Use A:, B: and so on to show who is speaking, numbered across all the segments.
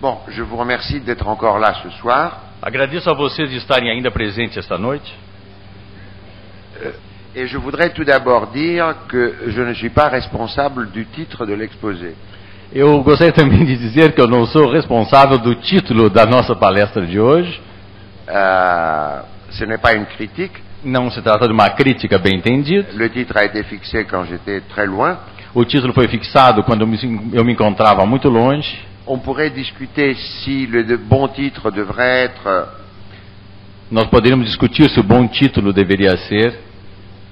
A: Bon, je vous remercie d'être encore là ce soir.
B: Agradeço a vocês de estarem ainda presentes esta noite.
A: Et je voudrais tout d'abord dire que je ne suis pas responsable du titre de l'exposé.
B: Eu gostaria também de dizer que eu não sou responsável do título da nossa palestra de hoje.
A: Euh, ce n'est pas une critique.
B: Não se trata de uma crítica, bem entendido.
A: Le titre a été fixé quand j'étais très loin.
B: O título foi fixado quando eu me, eu me encontrava muito longe.
A: On pourrait discuter si le de- bon titre devrait être euh,
B: Nós poderíamos discutir se o bom título deveria ser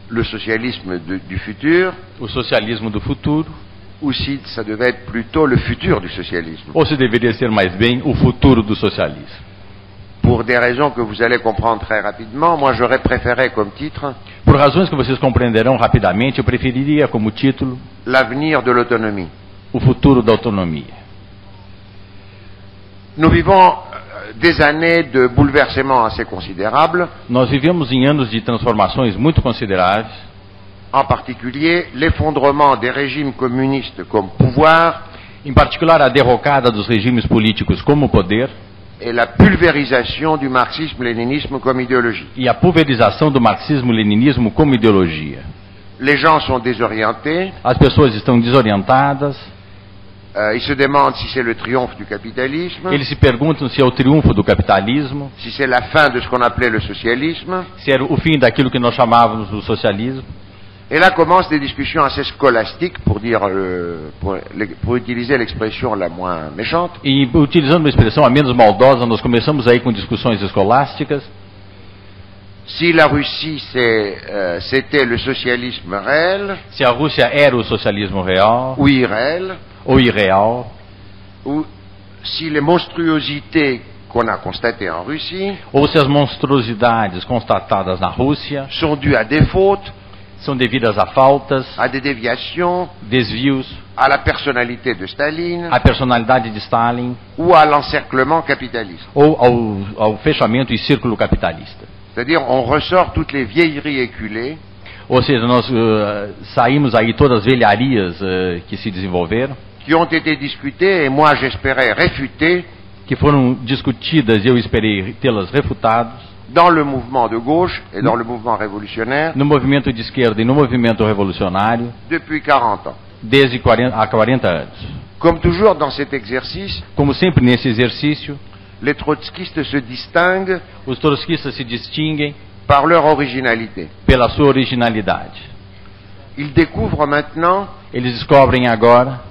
A: le socialisme de- du futur
B: O Socialismo do Futuro
A: ou si ça devait être plutôt le futur du socialisme.
B: ou se deveria ser mais bem O Futuro do Socialismo.
A: Pour des raisons que vous allez comprendre très rapidement, moi j'aurais préféré comme titre
B: Por razões que vocês compreenderão rapidamente, eu preferiria como título
A: L'avenir de l'autonomie.
B: O Futuro da Autonomia.
A: Nous vivons euh, des années de bouleversements assez considérables,
B: Nós vivemos em anos de transformações muito consideráveis,
A: en particulier l'effondrement des régimes communistes comme pouvoir
B: em particular a derrocada dos regimes políticos como poder
A: et la pulvérisation du marxisme-léninisme comme idéologie.
B: e a pulverização do marxismo-leninismo como ideologia.
A: Les gens sont désorientés,
B: As pessoas estão desorientadas,
A: euh, ils se demandent si c'est le triomphe du capitalisme,
B: eles se perguntam se é o triunfo do capitalismo,
A: si c'est la fin de ce qu'on appelait le socialisme,
B: se era o fim daquilo que nós chamávamos do socialismo.
A: et là commencent des discussions assez scolastiques pour, dire, euh, pour, pour utiliser l'expression la moins méchante,
B: E utilizando uma expressão a menos maldosa, nós começamos aí com discussões escolásticas.
A: si la Russie c'est, euh, c'était le socialisme réel
B: Se a Rússia era o socialismo real
A: ou irréel,
B: ou irreal,
A: ou si les monstruosités qu'on a constatées en Russie
B: ou se as monstruosidades constatadas na Rússia
A: sont dues à des fautes,
B: são devidas a faltas,
A: à des déviations,
B: desvios,
A: à la personnalité de Staline
B: à personalidade de Stalin
A: ou à l'encerclement capitaliste.
B: ou ao, ao fechamento e círculo capitalista.
A: C'est-à-dire on ressort toutes les vieilleries éculées
B: Ou seja, nós eh, saímos aí todas as velharias eh, que se desenvolveram,
A: qui ont été discutées et moi j'espérais réfutées
B: que foram discutidas e eu esperei tê-las refutadas
A: dans le mouvement de gauche et dans le mouvement révolutionnaire
B: no movimento de esquerda e no movimento revolucionário
A: depuis 40 ans.
B: desde 40, há 40 anos.
A: Comme toujours dans cet exercice,
B: Como sempre nesse exercício,
A: les trotskistes se distinguent
B: os trotskistas se distinguem
A: par leur originalité.
B: pela sua originalidade.
A: Ils découvrent maintenant
B: Eles descobrem agora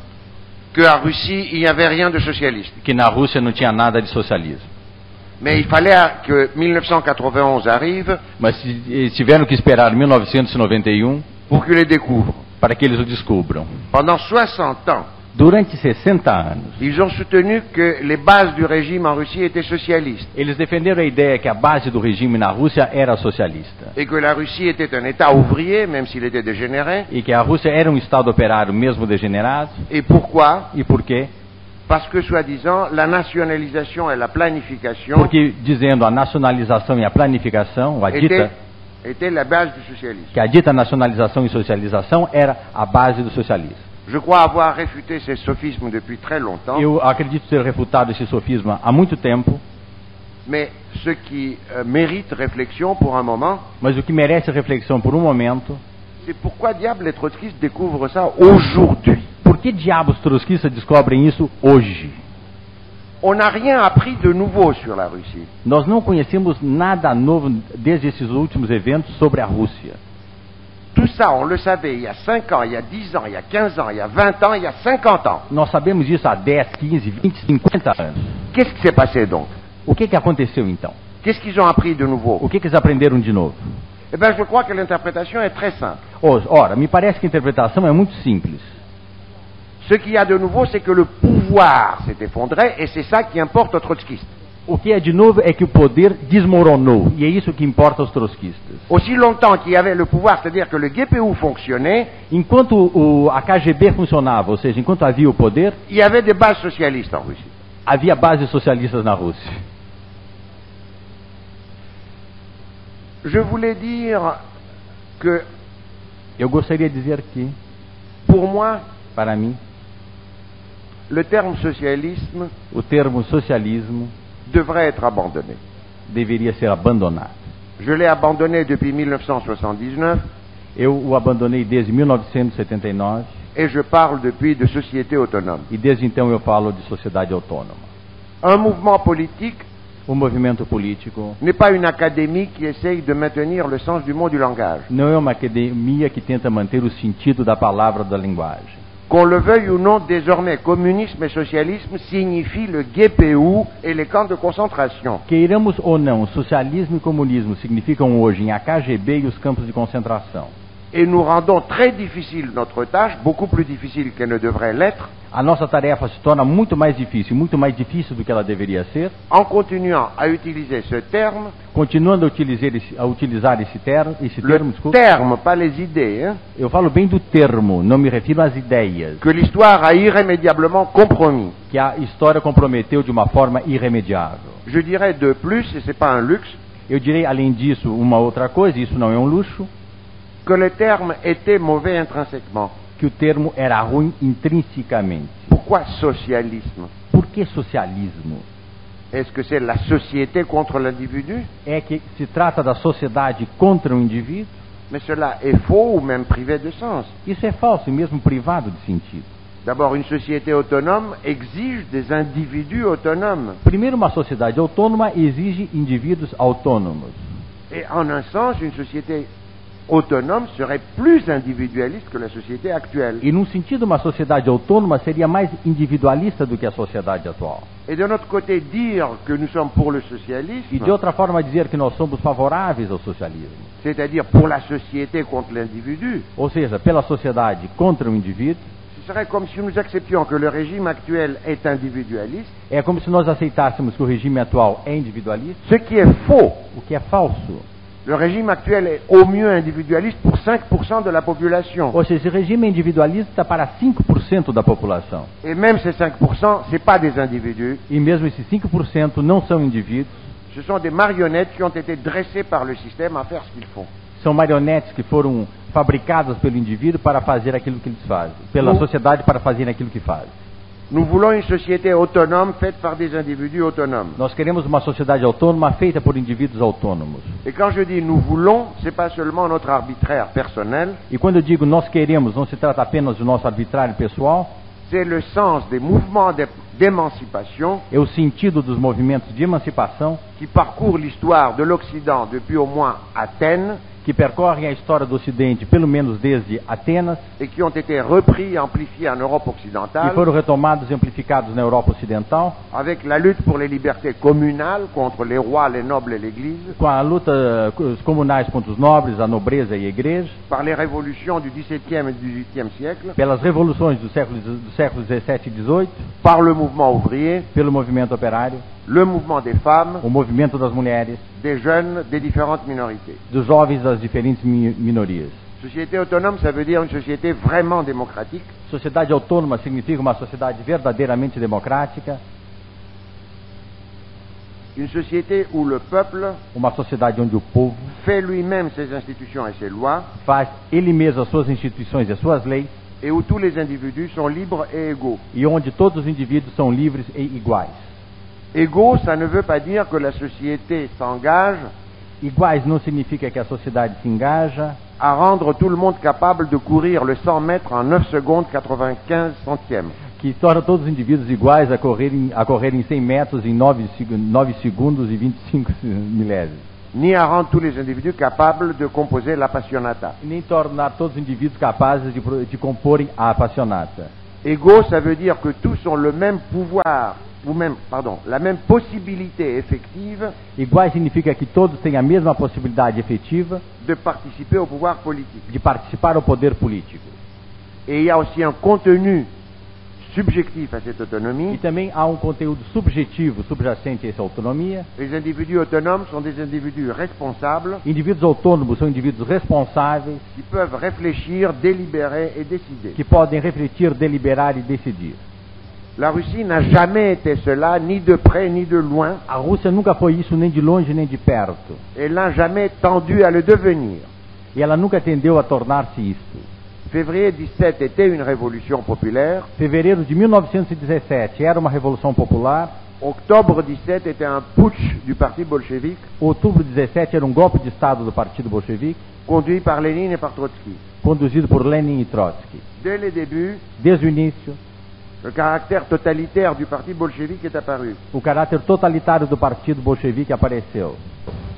A: que à Russie, il n'y avait rien de socialiste.
B: que na Rússia não tinha nada de socialismo.
A: Mais il fallait à- que 1991 arrive
B: Mas se- eles tiveram que esperar 1991
A: pour qu'ils les découvrent.
B: para que eles o descubram.
A: Pendant 60 ans,
B: Durante 60 anos,
A: ils ont soutenu que les bases du régime en Russie étaient socialistes
B: eles defenderam a ideia que a base do regime na Rússia era socialista
A: et que la Russie était un État ouvrier, même s'il était dégénéré.
B: e que a Rússia era um Estado operário mesmo degenerado.
A: Et pourquoi
B: E por quê?
A: Parce que, soi-disant, la nationalisation et la planification
B: Porque dizendo a nacionalização e a planificação, a
A: étaient,
B: dita,
A: étaient la base du socialisme.
B: que a dita nacionalização e socialização era a base do socialismo.
A: Je crois avoir réfuté ces sophismes depuis très longtemps,
B: Eu acredito ter refutado esse sofisma há muito tempo,
A: mais ce qui euh, mérite réflexion pour un moment,
B: mas o que merece reflexão por um momento
A: C'est pourquoi diable les trotskistes découvrent ça aujourd'hui.
B: Por que diabos trotskistas descobrem isso hoje?
A: On n'a rien appris de nouveau sur la Russie.
B: Nós não conhecemos nada novo desde esses últimos eventos sobre a Rússia.
A: Tout ça, on le savait il y a 5 ans, il y a 10 ans, il y a 15 ans, il y a 20 ans, il y a 50 ans.
B: Nós sabemos isso há 10, 15, 20, 50 anos.
A: Qu'est-ce qui s'est passé donc
B: O que, que aconteceu então?
A: Qu'est-ce qu'ils ont appris de nouveau
B: O que, que eles aprenderam de novo?
A: Eh bien, je crois que l'interprétation est très simple.
B: Os- Ora, me parece que a interpretação é muito simples.
A: Ce qu'il y a de nouveau, c'est que le pouvoir s'est effondré et c'est ça qui importe aux trotskistes.
B: O que é de novo é que o poder desmoronou, e é isso que importa aos trotskistas.
A: Aussi longtemps qu'il y avait le pouvoir, c'est-à-dire que le GPU fonctionnait,
B: Enquanto o- a KGB funcionava, ou seja, enquanto havia o poder,
A: il y avait des bases socialistes en Russie.
B: havia bases socialistas na Rússia.
A: Je voulais dire que,
B: Eu gostaria de dizer que,
A: pour moi,
B: para mim,
A: le terme socialisme
B: O termo socialismo
A: devrait être abandonné.
B: deveria ser abandonado.
A: Je l'ai abandonné depuis 1979
B: Eu o abandonei desde 1979
A: et je parle depuis de société autonome.
B: e desde então eu falo de sociedade autônoma.
A: Un mouvement politique
B: O movimento político
A: n'est pas une académie qui essaye de maintenir le sens du mot du langage.
B: não é uma academia que tenta manter o sentido da palavra da linguagem.
A: Qu'on le veuille ou non, désormais, communisme et socialisme signifient le GPU et les camps de concentration.
B: Queiramos ou não, socialismo e comunismo significam hoje em a KGB e os campos de concentração.
A: Et nous rendons très difficile notre tâche, beaucoup plus difficile qu'elle ne devrait l'être,
B: A nossa tarefa se torna muito mais difícil, muito mais difícil do que ela deveria ser,
A: en continuant à utiliser ce terme,
B: continuando a utilizar esse, a utilizar esse, ter, esse
A: le
B: termo, desculpa.
A: terme, pas les idées, hein,
B: Eu falo bem do termo, não me refiro às ideias,
A: que l'histoire a irrémédiablement compromis.
B: que a história comprometeu de uma forma irremediável.
A: Je dirais de plus, et c'est pas un luxe,
B: Eu direi, além disso, uma outra coisa, isso não é um luxo,
A: que le terme était mauvais intrinsèquement.
B: que o termo era ruim intrinsecamente.
A: Pourquoi socialisme
B: Por que socialismo?
A: Est-ce que c'est la société contre l'individu
B: É que se trata da sociedade contra o indivíduo?
A: Mais cela est faux ou même privé de sens.
B: Isso é falso e mesmo privado de sentido.
A: D'abord, une société autonome exige des individus autonomes.
B: Primeiro, uma sociedade autônoma exige indivíduos autônomos.
A: Et en un sens, une société autonome serait plus individualiste que la société actuelle.
B: E, num sentido, uma sociedade autônoma seria mais individualista do que a sociedade atual.
A: Et de notre côté, dire que nous sommes pour le
B: E, de
A: socialisme,
B: outra forma, dizer que nós somos favoráveis ao socialismo.
A: c'est-à-dire pour la société contre l'individu,
B: Ou seja, pela sociedade contra o indivíduo,
A: ce serait comme si nous acceptions que le régime actuel est individualiste,
B: é como se nós aceitássemos que o regime atual é individualista,
A: ce qui est faux.
B: o que é falso.
A: Le régime actuel est au mieux individualiste pour 5% de la population.
B: Ou seja, esse regime é individualista para 5% da população.
A: Et même ces 5%, ce pas des individus,
B: E mesmo esses 5% não são indivíduos,
A: ce sont des marionnettes qui ont été dressées par le système à faire ce qu'ils font.
B: são marionetes que foram fabricadas pelo indivíduo para fazer aquilo que eles fazem, pela
A: Não.
B: sociedade para fazer aquilo que faz.
A: Nous voulons une société autonome faite par des individus autonomes.
B: Nós queremos uma sociedade autônoma feita por indivíduos autônomos.
A: Et quand je dis nous voulons, ce n'est pas seulement notre arbitraire personnel,
B: E quando eu digo nós queremos, não se trata apenas do nosso arbitrário pessoal,
A: c'est le sens des mouvements d'é- d'émancipation
B: é o sentido dos movimentos de emancipação
A: qui parcourent l'histoire de l'Occident depuis au moins Athènes
B: que percorrem a história do Ocidente, pelo menos desde Atenas,
A: et qui ont été repris et amplifiés en Europe
B: e
A: occidentale
B: foram retomados e amplificados na Europa Ocidental,
A: avec la lutte pour les libertés communales contre les rois, les nobles et l'Église,
B: com a luta eh, com os comunais contra os nobres, a nobreza e a igreja,
A: par les révolutions du XVIIe et du XVIIIe siècle,
B: pelas revoluções do século, do século XVII e XVIII,
A: par le mouvement ouvrier,
B: pelo movimento operário,
A: le mouvement des femmes,
B: o movimento das mulheres,
A: des jeunes, des différentes minorités.
B: dos jovens das diferentes mi- minorias.
A: Société autonome, ça veut dire une société vraiment démocratique,
B: Sociedade autônoma significa uma sociedade verdadeiramente democrática,
A: une société où le peuple
B: uma sociedade onde o povo
A: fait lui-même ses institutions et ses lois,
B: faz ele mesmo as suas instituições e as suas leis
A: et où tous les individus sont libres et égaux.
B: e onde todos os indivíduos são livres e iguais.
A: Égaux, ça ne veut pas dire que la société s'engage
B: Iguais não significa que a sociedade se engaja
A: à rendre tout le monde capable de courir le 100 mètres en 9 secondes 95 centièmes.
B: que torna todos os indivíduos iguais a correrem, a correrem 100 metros em 9, segundos e 25 milésimos.
A: ni à rendre tous les individus capables de composer la passionata.
B: Nem tornar todos os indivíduos capazes de, pro- de comporem a passionata.
A: Égaux, ça veut dire que tous ont le même pouvoir, ou même, pardon, la même possibilité effective
B: Iguais significa que todos têm a mesma possibilidade efetiva
A: de participer au pouvoir politique.
B: de participar ao poder político.
A: Et il y a aussi un contenu subjectif à cette
B: E
A: autonomie.
B: também há um conteúdo subjetivo subjacente a essa autonomia.
A: Les individus autonomes sont des individus responsables
B: Indivíduos autônomos são indivíduos responsáveis
A: qui peuvent réfléchir, délibérer et décider.
B: que podem refletir, deliberar e decidir.
A: La Russie n'a jamais été cela, ni de près ni de loin,
B: A Rússia nunca foi isso nem de longe nem de perto.
A: et n'a jamais tendu à le devenir.
B: E ela nunca tendeu a tornar-se isto.
A: Février 17 était une révolution populaire.
B: Fevereiro de 1917 era uma revolução popular.
A: Octobre 17 était un putsch du parti bolchevique
B: Outubro de 17 era um golpe de Estado do Partido Bolchevique,
A: conduit par Lénine et par Trotsky.
B: conduzido por Lenin e Trotsky.
A: Dès les débuts,
B: Desde o início,
A: le caractère totalitaire du parti bolchevique est apparu.
B: o caráter totalitário do Partido Bolchevique apareceu.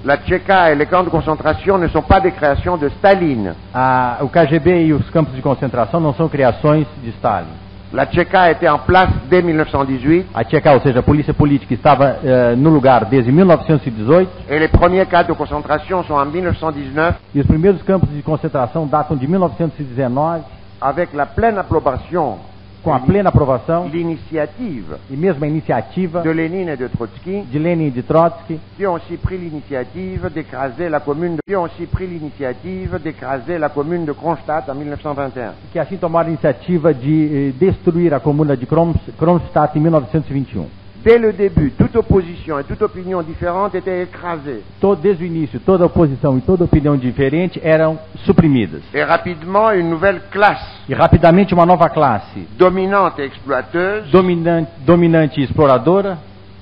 A: La Tchéka et les camps de concentration ne sont pas des créations de Staline.
B: A- o KGB e os campos de concentração não são criações de Stalin.
A: La Tchéka était en place dès 1918
B: A Tcheca, ou seja, a polícia política, estava eh, no lugar desde 1918
A: et les premiers cas de concentration sont en 1919
B: e os primeiros campos de concentração datam de 1919,
A: avec la pleine approbation,
B: com a plena aprovação
A: l'initiative
B: e mesmo a iniciativa
A: de Lénine et de Trotsky
B: de Lenin e de Trotsky,
A: qui ont aussi pris l'initiative d'écraser la commune de, qui ont aussi pris l'initiative d'écraser la commune de Kronstadt en 1921.
B: que assim tomaram a iniciativa de eh, destruir a comuna de Kroms- Kronstadt em 1921.
A: Dès le début, toute opposition et toute opinion différente étaient écrasées.
B: Todo, desde o início, toda oposição e toda opinião diferente eram suprimidas.
A: Et rapidement, une nouvelle classe
B: E rapidamente uma nova classe,
A: dominante et exploiteuse,
B: dominante, dominante e exploradora,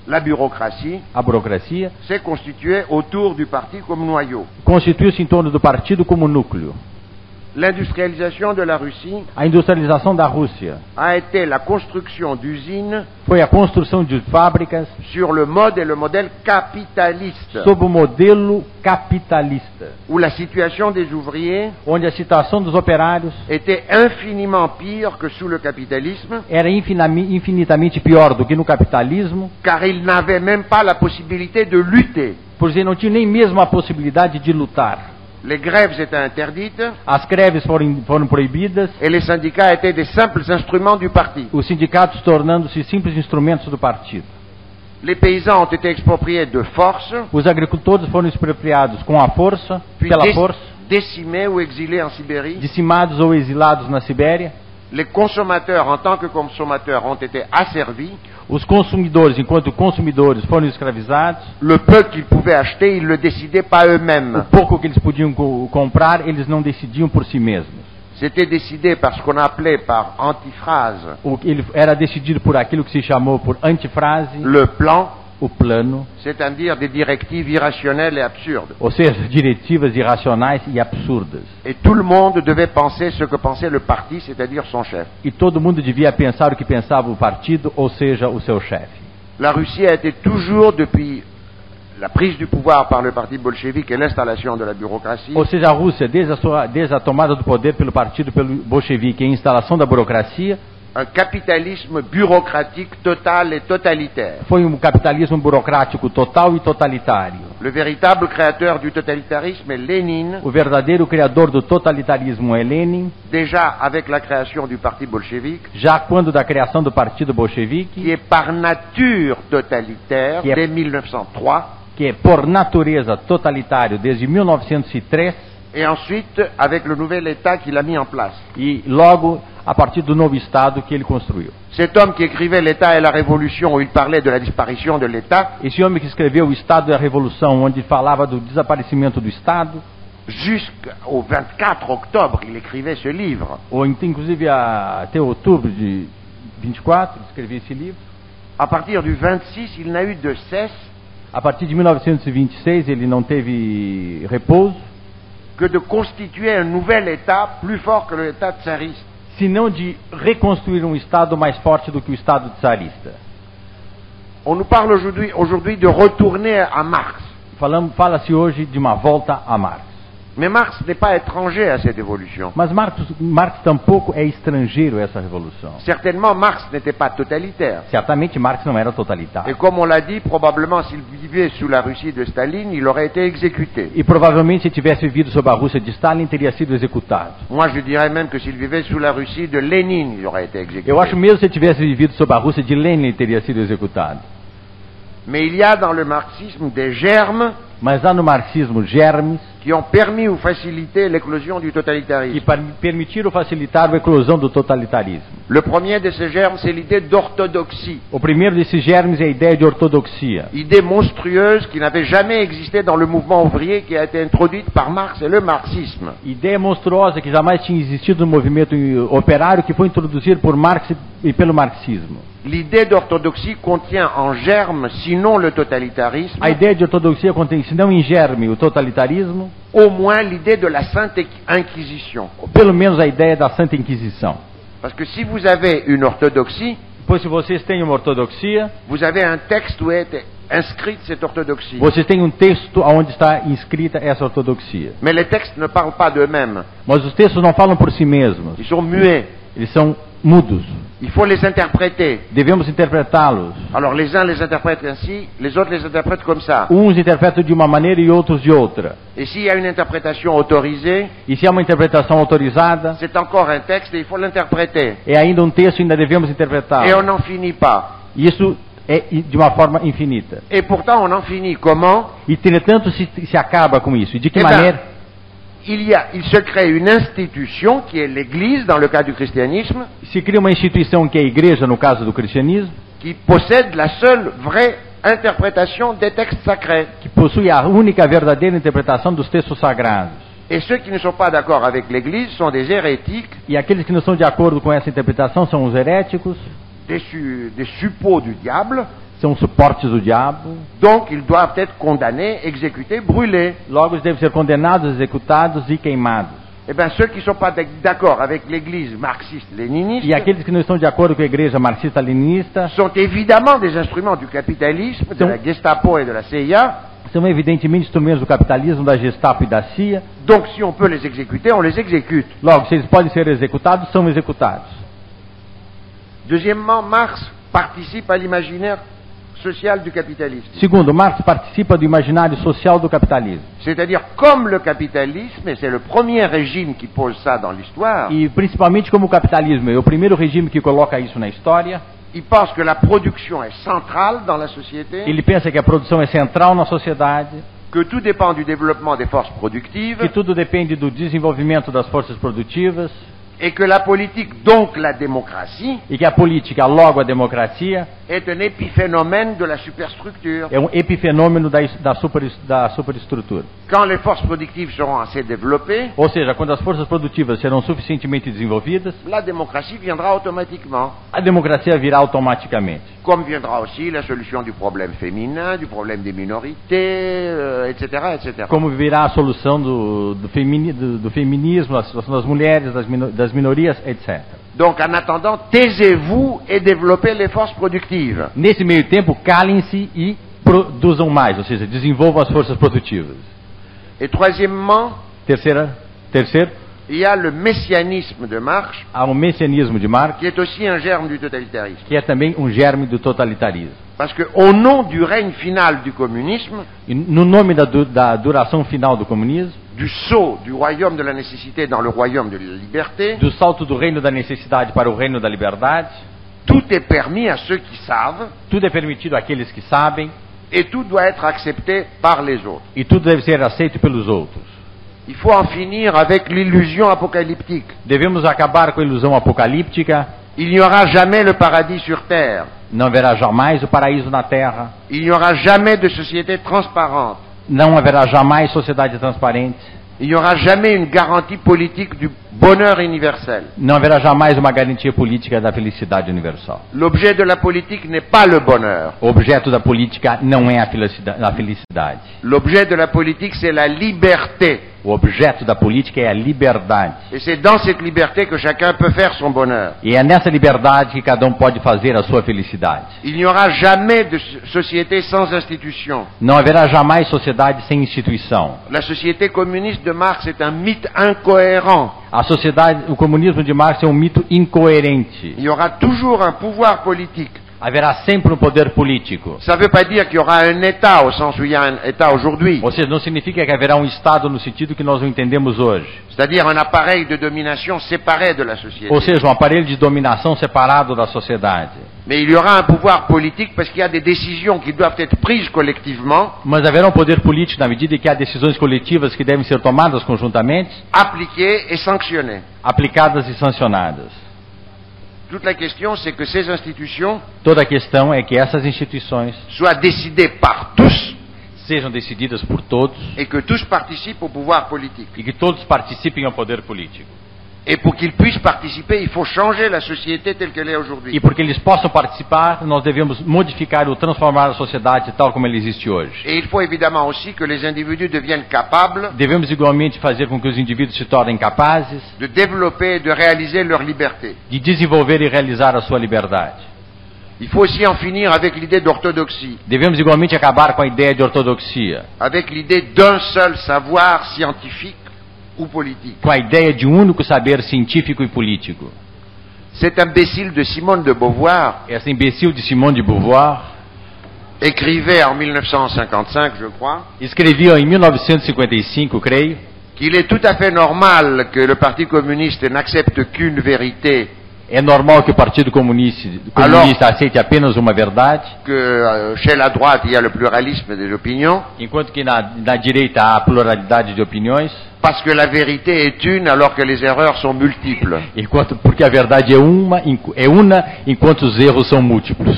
A: la bureaucratie,
B: a burocracia,
A: s'est constituée autour du parti comme noyau.
B: constituiu-se em torno do partido como núcleo.
A: L'industrialisation de la Russie
B: A industrialização da Rússia
A: a été la construction d'usines
B: foi a construção de fábricas
A: sur le mode et le modèle capitaliste,
B: sob o modelo capitalista,
A: où la situation des ouvriers
B: onde a situação dos operários
A: était infiniment pire que sous le capitalisme,
B: era infinami- infinitamente pior do que no capitalismo,
A: car ils n'avaient même pas la possibilité de lutter.
B: por dizer, não tinham nem mesmo a possibilidade de lutar.
A: Les grèves étaient interdites
B: As greves foram, foram proibidas,
A: et les syndicats étaient des simples instruments du parti.
B: os sindicatos tornando-se simples instrumentos do partido.
A: Les paysans ont été expropriés de force,
B: Os agricultores foram expropriados com a força,
A: puis
B: pela
A: dé-
B: força,
A: décimés ou exilés en Sibérie.
B: dizimados ou exilados na Sibéria.
A: Les consommateurs, en tant que consommateurs, ont été asservis.
B: Os consumidores, enquanto consumidores, foram escravizados.
A: Le peu qu'ils pouvaient acheter, ils ne le décidaient pas
B: O
A: eux-mêmes.
B: pouco que eles podiam co- comprar, eles não decidiam por si mesmos.
A: C'était décidé par ce qu'on appelait par antiphrase
B: O que ele era decidido por aquilo que se chamou por antifrase,
A: le plan,
B: o plano,
A: c'est-à-dire des directives irrationnelles et absurdes.
B: ou seja, diretivas irracionais e absurdas.
A: Et tout le monde devait penser ce que pensait le parti, c'est-à-dire son chef.
B: E todo mundo devia pensar o que pensava o partido, ou seja, o seu chefe.
A: La Russie a été toujours, depuis la prise du pouvoir par le parti bolchevique et l'installation de la bureaucratie,
B: Ou seja, a Rússia, desde a, sua, desde a tomada do poder pelo partido pelo bolchevique e a instalação da burocracia,
A: un capitalisme bureaucratique total et totalitaire.
B: foi um capitalismo burocrático total e totalitário.
A: Le véritable créateur du totalitarisme est Lénine,
B: O verdadeiro criador do totalitarismo é Lenin,
A: déjà avec la création du parti bolchevique,
B: já quando da criação do partido bolchevique,
A: qui est par nature totalitaire
B: Yep.
A: dès 1903,
B: que é por natureza totalitário desde 1903
A: et ensuite avec le nouvel État qu'il a mis en place.
B: e logo a partir do novo Estado que ele construiu.
A: Cet homme qui écrivait l'État et la Révolution, où il parlait de la disparition de l'État,
B: Esse homem que escreveu O Estado e a Revolução, onde falava do desaparecimento do Estado,
A: jusqu'au 24 octobre, il écrivait ce livre.
B: ou in- inclusive a- até outubro de 24, ele escreveu esse livro.
A: À partir du 26, il n'a eu de cesse
B: A partir de 1926 ele não teve repouso,
A: que de constituer un nouvel État plus fort que l'État tsariste.
B: senão de reconstruir um Estado mais forte do que o Estado tsarista.
A: On nous parle aujourd'hui aujourd'hui de retourner à Marx.
B: Falam- Fala-se hoje de uma volta a Marx.
A: Mais Marx n'est pas étranger à cette évolution.
B: Mas Marx, Marx tampouco é estrangeiro a essa revolução.
A: Certainement, Marx n'était pas totalitaire.
B: Certamente Marx não era
A: Et
B: totalitário.
A: comme on l'a dit, probablement s'il vivait sous la Russie de Staline, il aurait été exécuté.
B: E provavelmente se tivesse vivido sob a Rússia de Stalin, teria sido executado.
A: Moi, je dirais même que s'il vivait sous la Russie de Lénine, il aurait été exécuté.
B: Eu acho mesmo se tivesse vivido sob a Rússia de Lenin, ele teria sido executado.
A: Mais il y a dans le marxisme des germes
B: Mas há no marxismo germes
A: qui ont permis ou facilité l'éclosion du
B: que
A: totalitarisme.
B: par- permitiram facilitar a eclosão do totalitarismo.
A: Le premier de ces germes, c'est l'idée d'orthodoxie,
B: O primeiro desses germes é a ideia de ortodoxia,
A: idée monstrueuse qui n'avait jamais existé dans le mouvement ouvrier qui a été introduite par Marx et le marxisme.
B: ideia monstruosa que jamais tinha existido no movimento operário que foi introduzido por Marx e pelo marxismo.
A: L'idée d'orthodoxie contient en germe, sinon le totalitarisme,
B: A ideia de ortodoxia contém, se não em germe, o totalitarismo,
A: au moins l'idée de la sainte inquisition.
B: pelo menos a ideia da Santa Inquisição.
A: Parce que si vous avez une orthodoxie,
B: Pois se vocês têm uma ortodoxia,
A: vous avez un texte où est inscrite cette orthodoxie.
B: vocês têm um texto onde está inscrita essa ortodoxia.
A: Mais les textes ne parlent pas d'eux-mêmes,
B: Mas os textos não falam por si mesmos,
A: ils sont muets.
B: eles são mudos.
A: Il faut les interpréter.
B: Devemos interprétá-los.
A: Alors les uns les interprètent ainsi, les autres les interprètent comme ça.
B: Uns interpretam de uma maneira e outros de outra.
A: Et s'il y a une interprétation autorisée,
B: E se há uma interpretação autorizada,
A: c'est encore un texte et il faut l'interpréter.
B: é ainda um texto e ainda devemos interpretá-lo.
A: Et on n'en finit pas.
B: E Isso é i- de uma forma infinita.
A: Et pourtant, on en finit. Comment
B: E, entretanto, se, se acaba com isso. E de que
A: Eh ben,
B: maneira?
A: il, y a, il se crée une institution qui est l'Église, dans le cas du christianisme,
B: Se cria uma instituição que é a igreja, no caso do cristianismo,
A: qui possède la seule vraie interprétation des textes sacrés.
B: que possui a única verdadeira interpretação dos textos sagrados.
A: Et ceux qui ne sont pas d'accord avec l'Église sont des hérétiques,
B: E aqueles que não são de acordo com essa interpretação são os heréticos,
A: des, su- des suppôts du diable,
B: são suportes do diabo.
A: donc ils doivent être condamnés, exécutés, brûlés.
B: Logo, eles devem ser condenados, executados e queimados.
A: Eh bien, ceux qui ne sont pas d'ac- d'accord avec l'Église marxiste-léniniste
B: E aqueles que não estão de acordo com a igreja marxista-leninista
A: sont évidemment des instruments du capitalisme, de
B: Donc-
A: la Gestapo et de la CIA.
B: são evidentemente instrumentos do capitalismo, da Gestapo e da CIA.
A: Donc, si on peut les exécuter, on les exécute.
B: Logo, se eles podem ser executados, são executados.
A: Deuxièmement, Marx participe à l'imaginaire social du capitalisme.
B: Segundo, Marx participa do imaginário social do capitalismo.
A: C'est-à-dire, comme le capitalisme, et c'est le premier régime qui pose ça dans l'histoire,
B: E principalmente como o capitalismo é o primeiro regime que coloca isso na história,
A: il pense que la production est centrale dans la société,
B: ele pensa que a produção é central na sociedade,
A: que tout dépend du développement des forces productives,
B: que tudo depende do desenvolvimento das forças produtivas
A: et que la politique, donc la démocratie,
B: e que a política, logo a democracia,
A: est un épiphénomène de la superstructure.
B: é um epifenômeno da, es- da, super, da superestrutura.
A: Quand les forces productives seront assez développées,
B: Ou seja, quando as forças produtivas serão suficientemente desenvolvidas,
A: la démocratie viendra automatiquement,
B: a democracia virá automaticamente.
A: comme viendra aussi la solution du problème féminin, du problème des minorités, euh, etc., etc.
B: Como virá a solução do, do, femini, do, do feminismo, a situação das mulheres, das, mino, das minorias, etc.
A: Donc en attendant, taisez-vous et développez les forces productives.
B: Nesse meio tempo, calem-se e produzam mais, ou seja, desenvolvam as forças produtivas.
A: Et troisièmement,
B: Terceira, terceiro,
A: il y a le messianisme de Marx,
B: há o messianismo de Marx,
A: qui est aussi un germe du totalitarisme.
B: que é também um germe do totalitarismo.
A: Parce que au nom du règne final du communisme,
B: E no nome da, du- da duração final do comunismo,
A: du saut du royaume de la nécessité dans le royaume de la liberté,
B: do salto do reino da necessidade para o reino da liberdade,
A: tout est permis à ceux qui savent
B: tudo é permitido àqueles que sabem
A: et tout doit être accepté par les autres.
B: e tudo deve ser aceito pelos outros.
A: Il faut en finir avec l'illusion apocalyptique.
B: Devemos acabar com a ilusão apocalíptica,
A: Il n'y aura jamais le paradis sur terre.
B: não haverá jamais o paraíso na terra,
A: Il n'y aura jamais de société transparente.
B: não haverá jamais sociedade transparente,
A: Il n'y aura jamais une garantie politique du bonheur universel.
B: não haverá jamais uma garantia política da felicidade universal.
A: L'objet de la politique n'est pas le bonheur.
B: O objeto da política não é a felicida- a felicidade.
A: L'objet de la politique, c'est la liberté.
B: O objeto da política é a liberdade.
A: Et c'est dans cette liberté que chacun peut faire son bonheur.
B: E é nessa liberdade que cada um pode fazer a sua felicidade.
A: Il n'y aura jamais de so- société sans institution.
B: Não haverá jamais sociedade sem instituição.
A: La société communiste de Marx est un mythe incohérent.
B: A sociedade, o comunismo de Marx é um mito incoerente.
A: Il y aura toujours un pouvoir politique
B: haverá sempre um poder político.
A: Ça ne veut pas dire qu'il y aura un État au sens où il y a un État aujourd'hui,
B: Ou seja, não significa que haverá um Estado no sentido que nós o entendemos hoje.
A: c'est-à-dire un appareil de domination séparé de la société.
B: Ou seja, um aparelho de dominação separado da sociedade.
A: Mais il y aura un pouvoir politique parce qu'il y a des décisions qui doivent être prises collectivement,
B: Mas haverá um poder político na medida em que há decisões coletivas que devem ser tomadas conjuntamente,
A: appliquées et sanctionnées.
B: aplicadas e sancionadas.
A: Toute la question, c'est que ces institutions
B: Toda a questão é que essas instituições
A: soient décidées par tous
B: sejam decididas por todos
A: et que tous participent au pouvoir politique.
B: e que todos participem ao poder político.
A: Et pour qu'ils puissent participer, il faut changer la société telle qu'elle est
B: E
A: aujourd'hui.
B: porque eles possam participar, nós devemos modificar ou transformar a sociedade tal como ela existe hoje.
A: Et il faut évidemment aussi que les individus deviennent capables
B: Devemos igualmente fazer com que os indivíduos se tornem capazes
A: de développer et de réaliser leur liberté.
B: de desenvolver e realizar a sua liberdade.
A: Il faut aussi en finir avec l'idée d'orthodoxie,
B: Devemos igualmente acabar com a ideia de ortodoxia,
A: avec l'idée d'un seul savoir scientifique ou politique.
B: com a ideia de um único saber científico e político.
A: Cet imbécile de Simone de Beauvoir
B: Essa imbecil de Simone de Beauvoir
A: écrivait en 1955, je crois,
B: escrevia em 1955, creio,
A: qu'il est tout à fait normal que le Parti communiste n'accepte qu'une vérité
B: é normal que o Partido Comunista, comunista aceite apenas uma verdade,
A: que euh, chez la droite il y a le pluralisme des opinions,
B: enquanto que na, na direita há pluralidade de opiniões,
A: parce que la vérité est une alors que les erreurs sont multiples.
B: enquanto porque a verdade é uma, enqu- é una, enquanto os erros são múltiplos.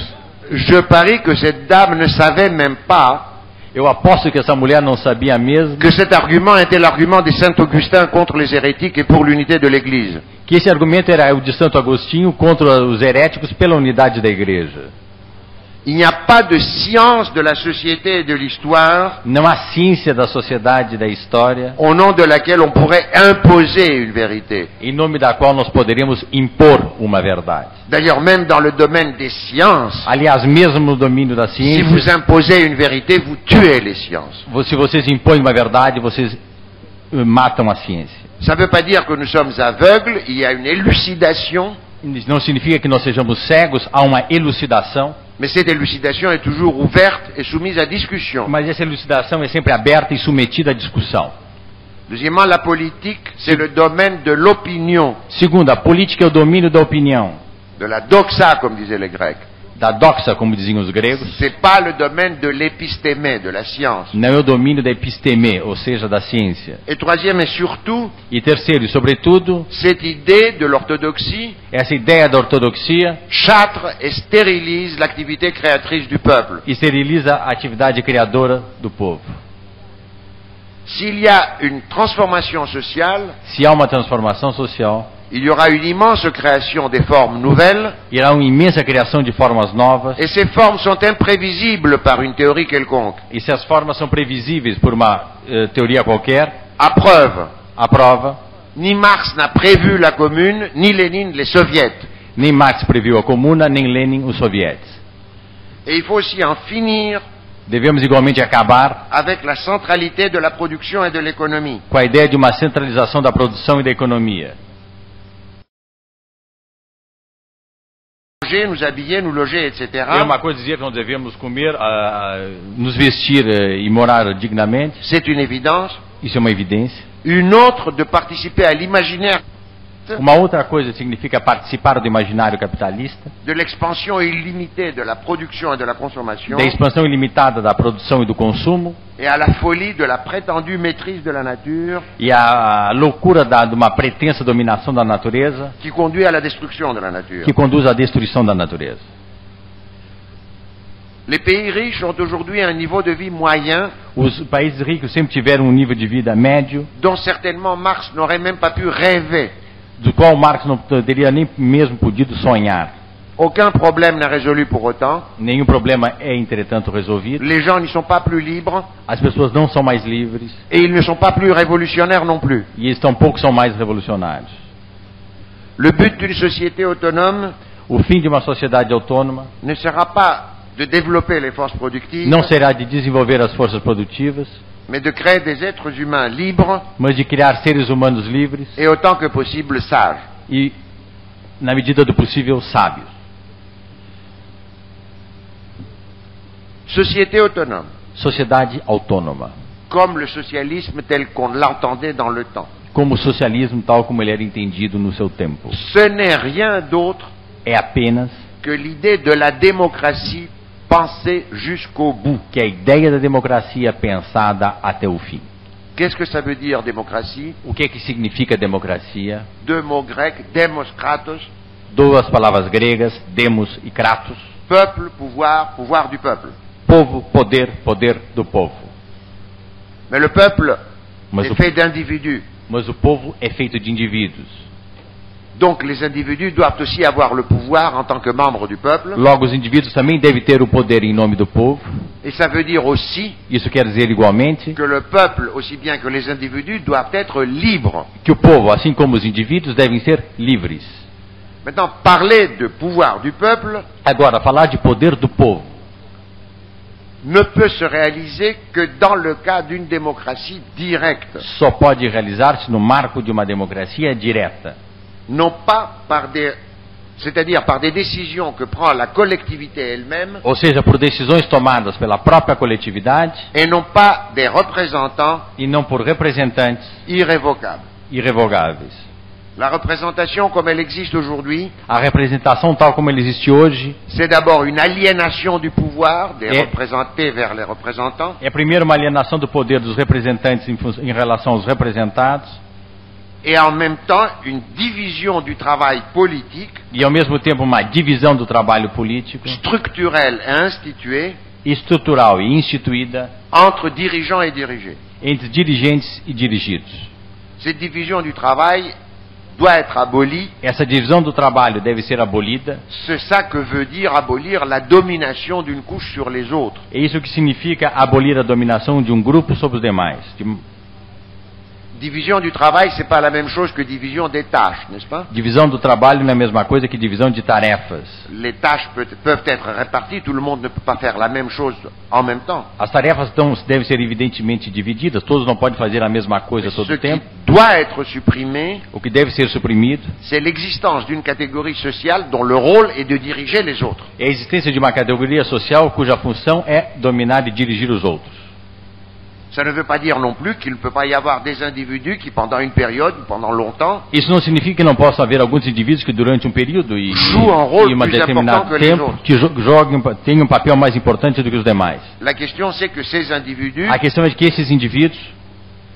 A: Je parie que cette dame ne savait même pas
B: Eu aposto que essa mulher não sabia mesmo
A: que cet argument était l'argument des saint Augustin contre les hérétiques et pour l'unité de l'Église.
B: que esse argumento era o de Santo Agostinho contra os heréticos pela unidade da igreja.
A: Il n'y a pas de science de la société et de l'histoire
B: Não há ciência da sociedade e da história
A: au nom de laquelle on pourrait imposer une vérité.
B: em nome da qual nós poderemos impor uma verdade.
A: D'ailleurs, même dans le domaine des sciences,
B: Aliás, mesmo no domínio da
A: si
B: ciência,
A: vous imposez une vérité, vous tuez les sciences.
B: vo- se vocês impõem uma verdade, vocês eh, matam a ciência.
A: Ça ne veut pas dire que nous sommes aveugles, il y a une élucidation,
B: Isso não significa que nós sejamos cegos, há uma elucidação,
A: mais cette élucidation est toujours ouverte et soumise à discussion.
B: mas essa elucidação é sempre aberta e submetida à discussão.
A: Deuxièmement, la politique, c'est le domaine de l'opinion,
B: Segundo, a política é o domínio da opinião,
A: de la doxa, comme disaient les Grecs.
B: da doxa, como diziam os gregos,
A: C'est pas le domaine de l'épistémé, de la science.
B: não é o domínio da episteme, ou seja, da ciência.
A: Et troisième et surtout,
B: E terceiro, e sobretudo,
A: cette idée de l'orthodoxie
B: essa ideia da ortodoxia
A: châtre et stérilise l'activité créatrice du peuple.
B: esteriliza a atividade criadora do povo.
A: S'il y a une transformation sociale,
B: Se há uma transformação social,
A: il y aura une immense création des formes nouvelles,
B: irá uma imensa criação de formas novas,
A: et ces formes sont imprévisibles par une théorie quelconque.
B: e se as formas são previsíveis por uma eh, teoria qualquer,
A: À preuve,
B: a prova,
A: ni Marx n'a prévu la commune, ni Lénine les soviets.
B: nem Marx previu a comuna, nem Lenin os soviéticos.
A: Et il faut aussi en finir
B: Devemos igualmente acabar
A: avec la centralité de la production et de l'économie.
B: com a ideia de uma centralização da produção e da economia.
A: Manger, nous habiller, nous loger, etc.
B: É uma coisa dizer que não devemos comer, ah, nos vestir eh, e morar dignamente,
A: C'est une évidence.
B: isso é uma evidência.
A: Une autre de participer à l'imaginaire
B: Uma outra coisa significa participar do imaginário capitalista,
A: de l'expansion illimitée de la production et de la consommation
B: da expansão ilimitada da produção e do consumo
A: et à la folie de la prétendue maîtrise de la nature
B: e a loucura da, de uma pretensa dominação da natureza
A: qui conduit à la destruction de la nature.
B: que conduz à destruição da natureza.
A: Les pays riches ont aujourd'hui un niveau de vie moyen
B: Os países ricos sempre tiveram um nível de vida médio,
A: dont certainement Marx n'aurait même pas pu rêver.
B: do qual Marx não teria nem mesmo podido sonhar.
A: Aucun problème n'est résolu pour autant.
B: Nenhum problema é, entretanto, resolvido.
A: Les gens n'y sont pas plus libres
B: As pessoas não são mais livres
A: et ils ne sont pas plus révolutionnaires non plus.
B: e eles tampouco são mais revolucionários.
A: Le but d'une société autonome
B: O fim de uma sociedade autônoma
A: ne sera pas de développer les forces productives,
B: não será de desenvolver as forças produtivas,
A: mais de créer des êtres humains libres
B: mas de criar seres humanos livres
A: et autant que possible sages.
B: e, na medida do possível, sábios.
A: Société autonome,
B: Sociedade autônoma.
A: comme le socialisme tel qu'on l'entendait dans le temps.
B: Como o socialismo, tal como ele era entendido no seu tempo,
A: Ce n'est rien d'autre
B: é apenas
A: que l'idée de la démocratie pensée jusqu'au bout.
B: que a ideia da democracia é pensada até o fim.
A: Qu'est-ce que ça veut dire démocratie
B: O que é que significa democracia?
A: Deux mots grecs, demos kratos,
B: Duas palavras gregas, demos e kratos.
A: peuple, pouvoir, pouvoir du peuple.
B: Povo, poder, poder do povo.
A: Mais le peuple
B: Mas
A: est
B: o,
A: fait d'individus.
B: mas o povo é feito de indivíduos.
A: Donc les individus doivent aussi avoir le pouvoir en tant que membres du peuple.
B: Logo, os indivíduos também devem ter o poder em nome do povo.
A: Et ça veut dire aussi
B: Isso quer dizer igualmente
A: que le peuple, aussi bien que les individus, doivent être libres.
B: que o povo, assim como os indivíduos, devem ser livres.
A: Maintenant, parler de pouvoir du peuple
B: Agora, falar de poder do povo
A: ne peut se réaliser que dans le cas d'une démocratie directe,
B: só pode realizar-se no marco de uma democracia direta.
A: non pas par des, c'est-à-dire par des décisions que prend la collectivité elle-même
B: Ou seja, por decisões tomadas pela própria coletividade
A: et non pas des représentants
B: e não por representantes
A: irrévocables.
B: irrevogáveis.
A: La représentation, comme elle existe aujourd'hui,
B: A representação tal como ela existe hoje
A: c'est d'abord une aliénation du pouvoir des
B: Et-
A: représentés vers les représentants,
B: é primeiro uma alienação do poder dos representantes em, fun- em relação aos representados
A: et en même temps une division du travail politique,
B: e ao mesmo tempo uma divisão do trabalho político
A: structurelle et instituée,
B: estrutural e instituída
A: entre dirigeants et dirigés.
B: entre dirigentes e dirigidos.
A: Cette division du travail doit être abolie,
B: Essa divisão do trabalho deve ser abolida.
A: c'est ça que veut dire abolir la domination d'une couche sur les autres.
B: É isso que significa abolir a dominação de um grupo sobre os demais. De-
A: Division du travail, c'est pas la même chose que division des tâches, n'est-ce pas
B: Divisão do trabalho não é a mesma coisa que divisão de tarefas.
A: Les tâches peut- peuvent être réparties, tout le monde ne peut pas faire la même chose en même temps.
B: As tarefas então, devem ser evidentemente divididas, todos não podem fazer a mesma coisa todo
A: Ce
B: o
A: qui
B: tempo.
A: doit être supprimé,
B: O que deve ser suprimido
A: c'est l'existence d'une catégorie sociale dont le rôle est de diriger les autres.
B: é a existência de uma categoria social cuja função é dominar e dirigir os outros.
A: Ça ne veut pas dire non plus qu'il ne peut pas y avoir des individus qui, pendant une période ou pendant longtemps,
B: Isso não significa que não possa haver alguns indivíduos que durante um período e,
A: Jouam um rol
B: e um
A: mais
B: determinado
A: importante que eles
B: tempo
A: outros.
B: que jo- joguem, um pa- tenham um papel mais importante do que os demais.
A: la question c'est que ces individus
B: A questão é que esses indivíduos,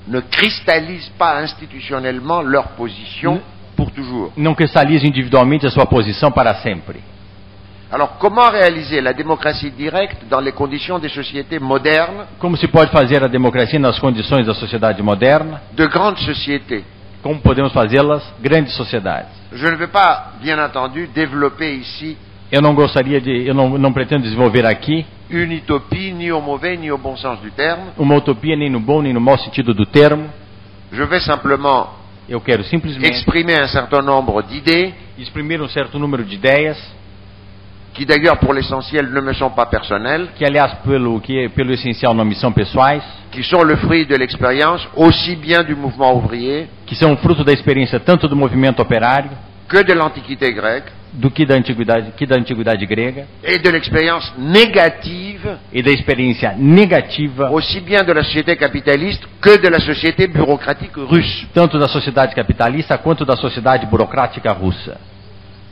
A: ne cristallisent pas institutionnellement leur position pour toujours.
B: não cristaliza individualmente a sua posição para sempre.
A: Alors comment réaliser la démocratie directe dans les conditions des sociétés modernes,
B: Como se pode fazer a democracia nas condições da sociedade moderna?
A: de grandes sociétés
B: Como podemos fazê-las grandes sociedades?
A: Je ne vais pas, bien entendu, développer ici
B: Eu não gostaria de, eu não, não pretendo desenvolver aqui
A: une utopie, ni au mauvais, ni au bon sens du terme.
B: uma utopia nem no bom nem no mau sentido do termo.
A: Je vais simplement
B: Eu quero simplesmente
A: exprimer un certain nombre d'idées
B: exprimir um certo número de ideias
A: qui d'ailleurs pour l'essentiel ne me sont pas personnelles,
B: que, aliás, pelo que pelo essencial não me são pessoais,
A: qui sont le fruit de l'expérience aussi bien du mouvement ouvrier
B: que são fruto da experiência tanto do movimento operário
A: que de l'Antiquité grecque
B: do que da antiguidade, que da antiguidade grega
A: et de l'expérience négative
B: e da experiência negativa
A: aussi bien de la société capitaliste que de la société bureaucratique russe.
B: tanto da sociedade capitalista quanto da sociedade burocrática russa.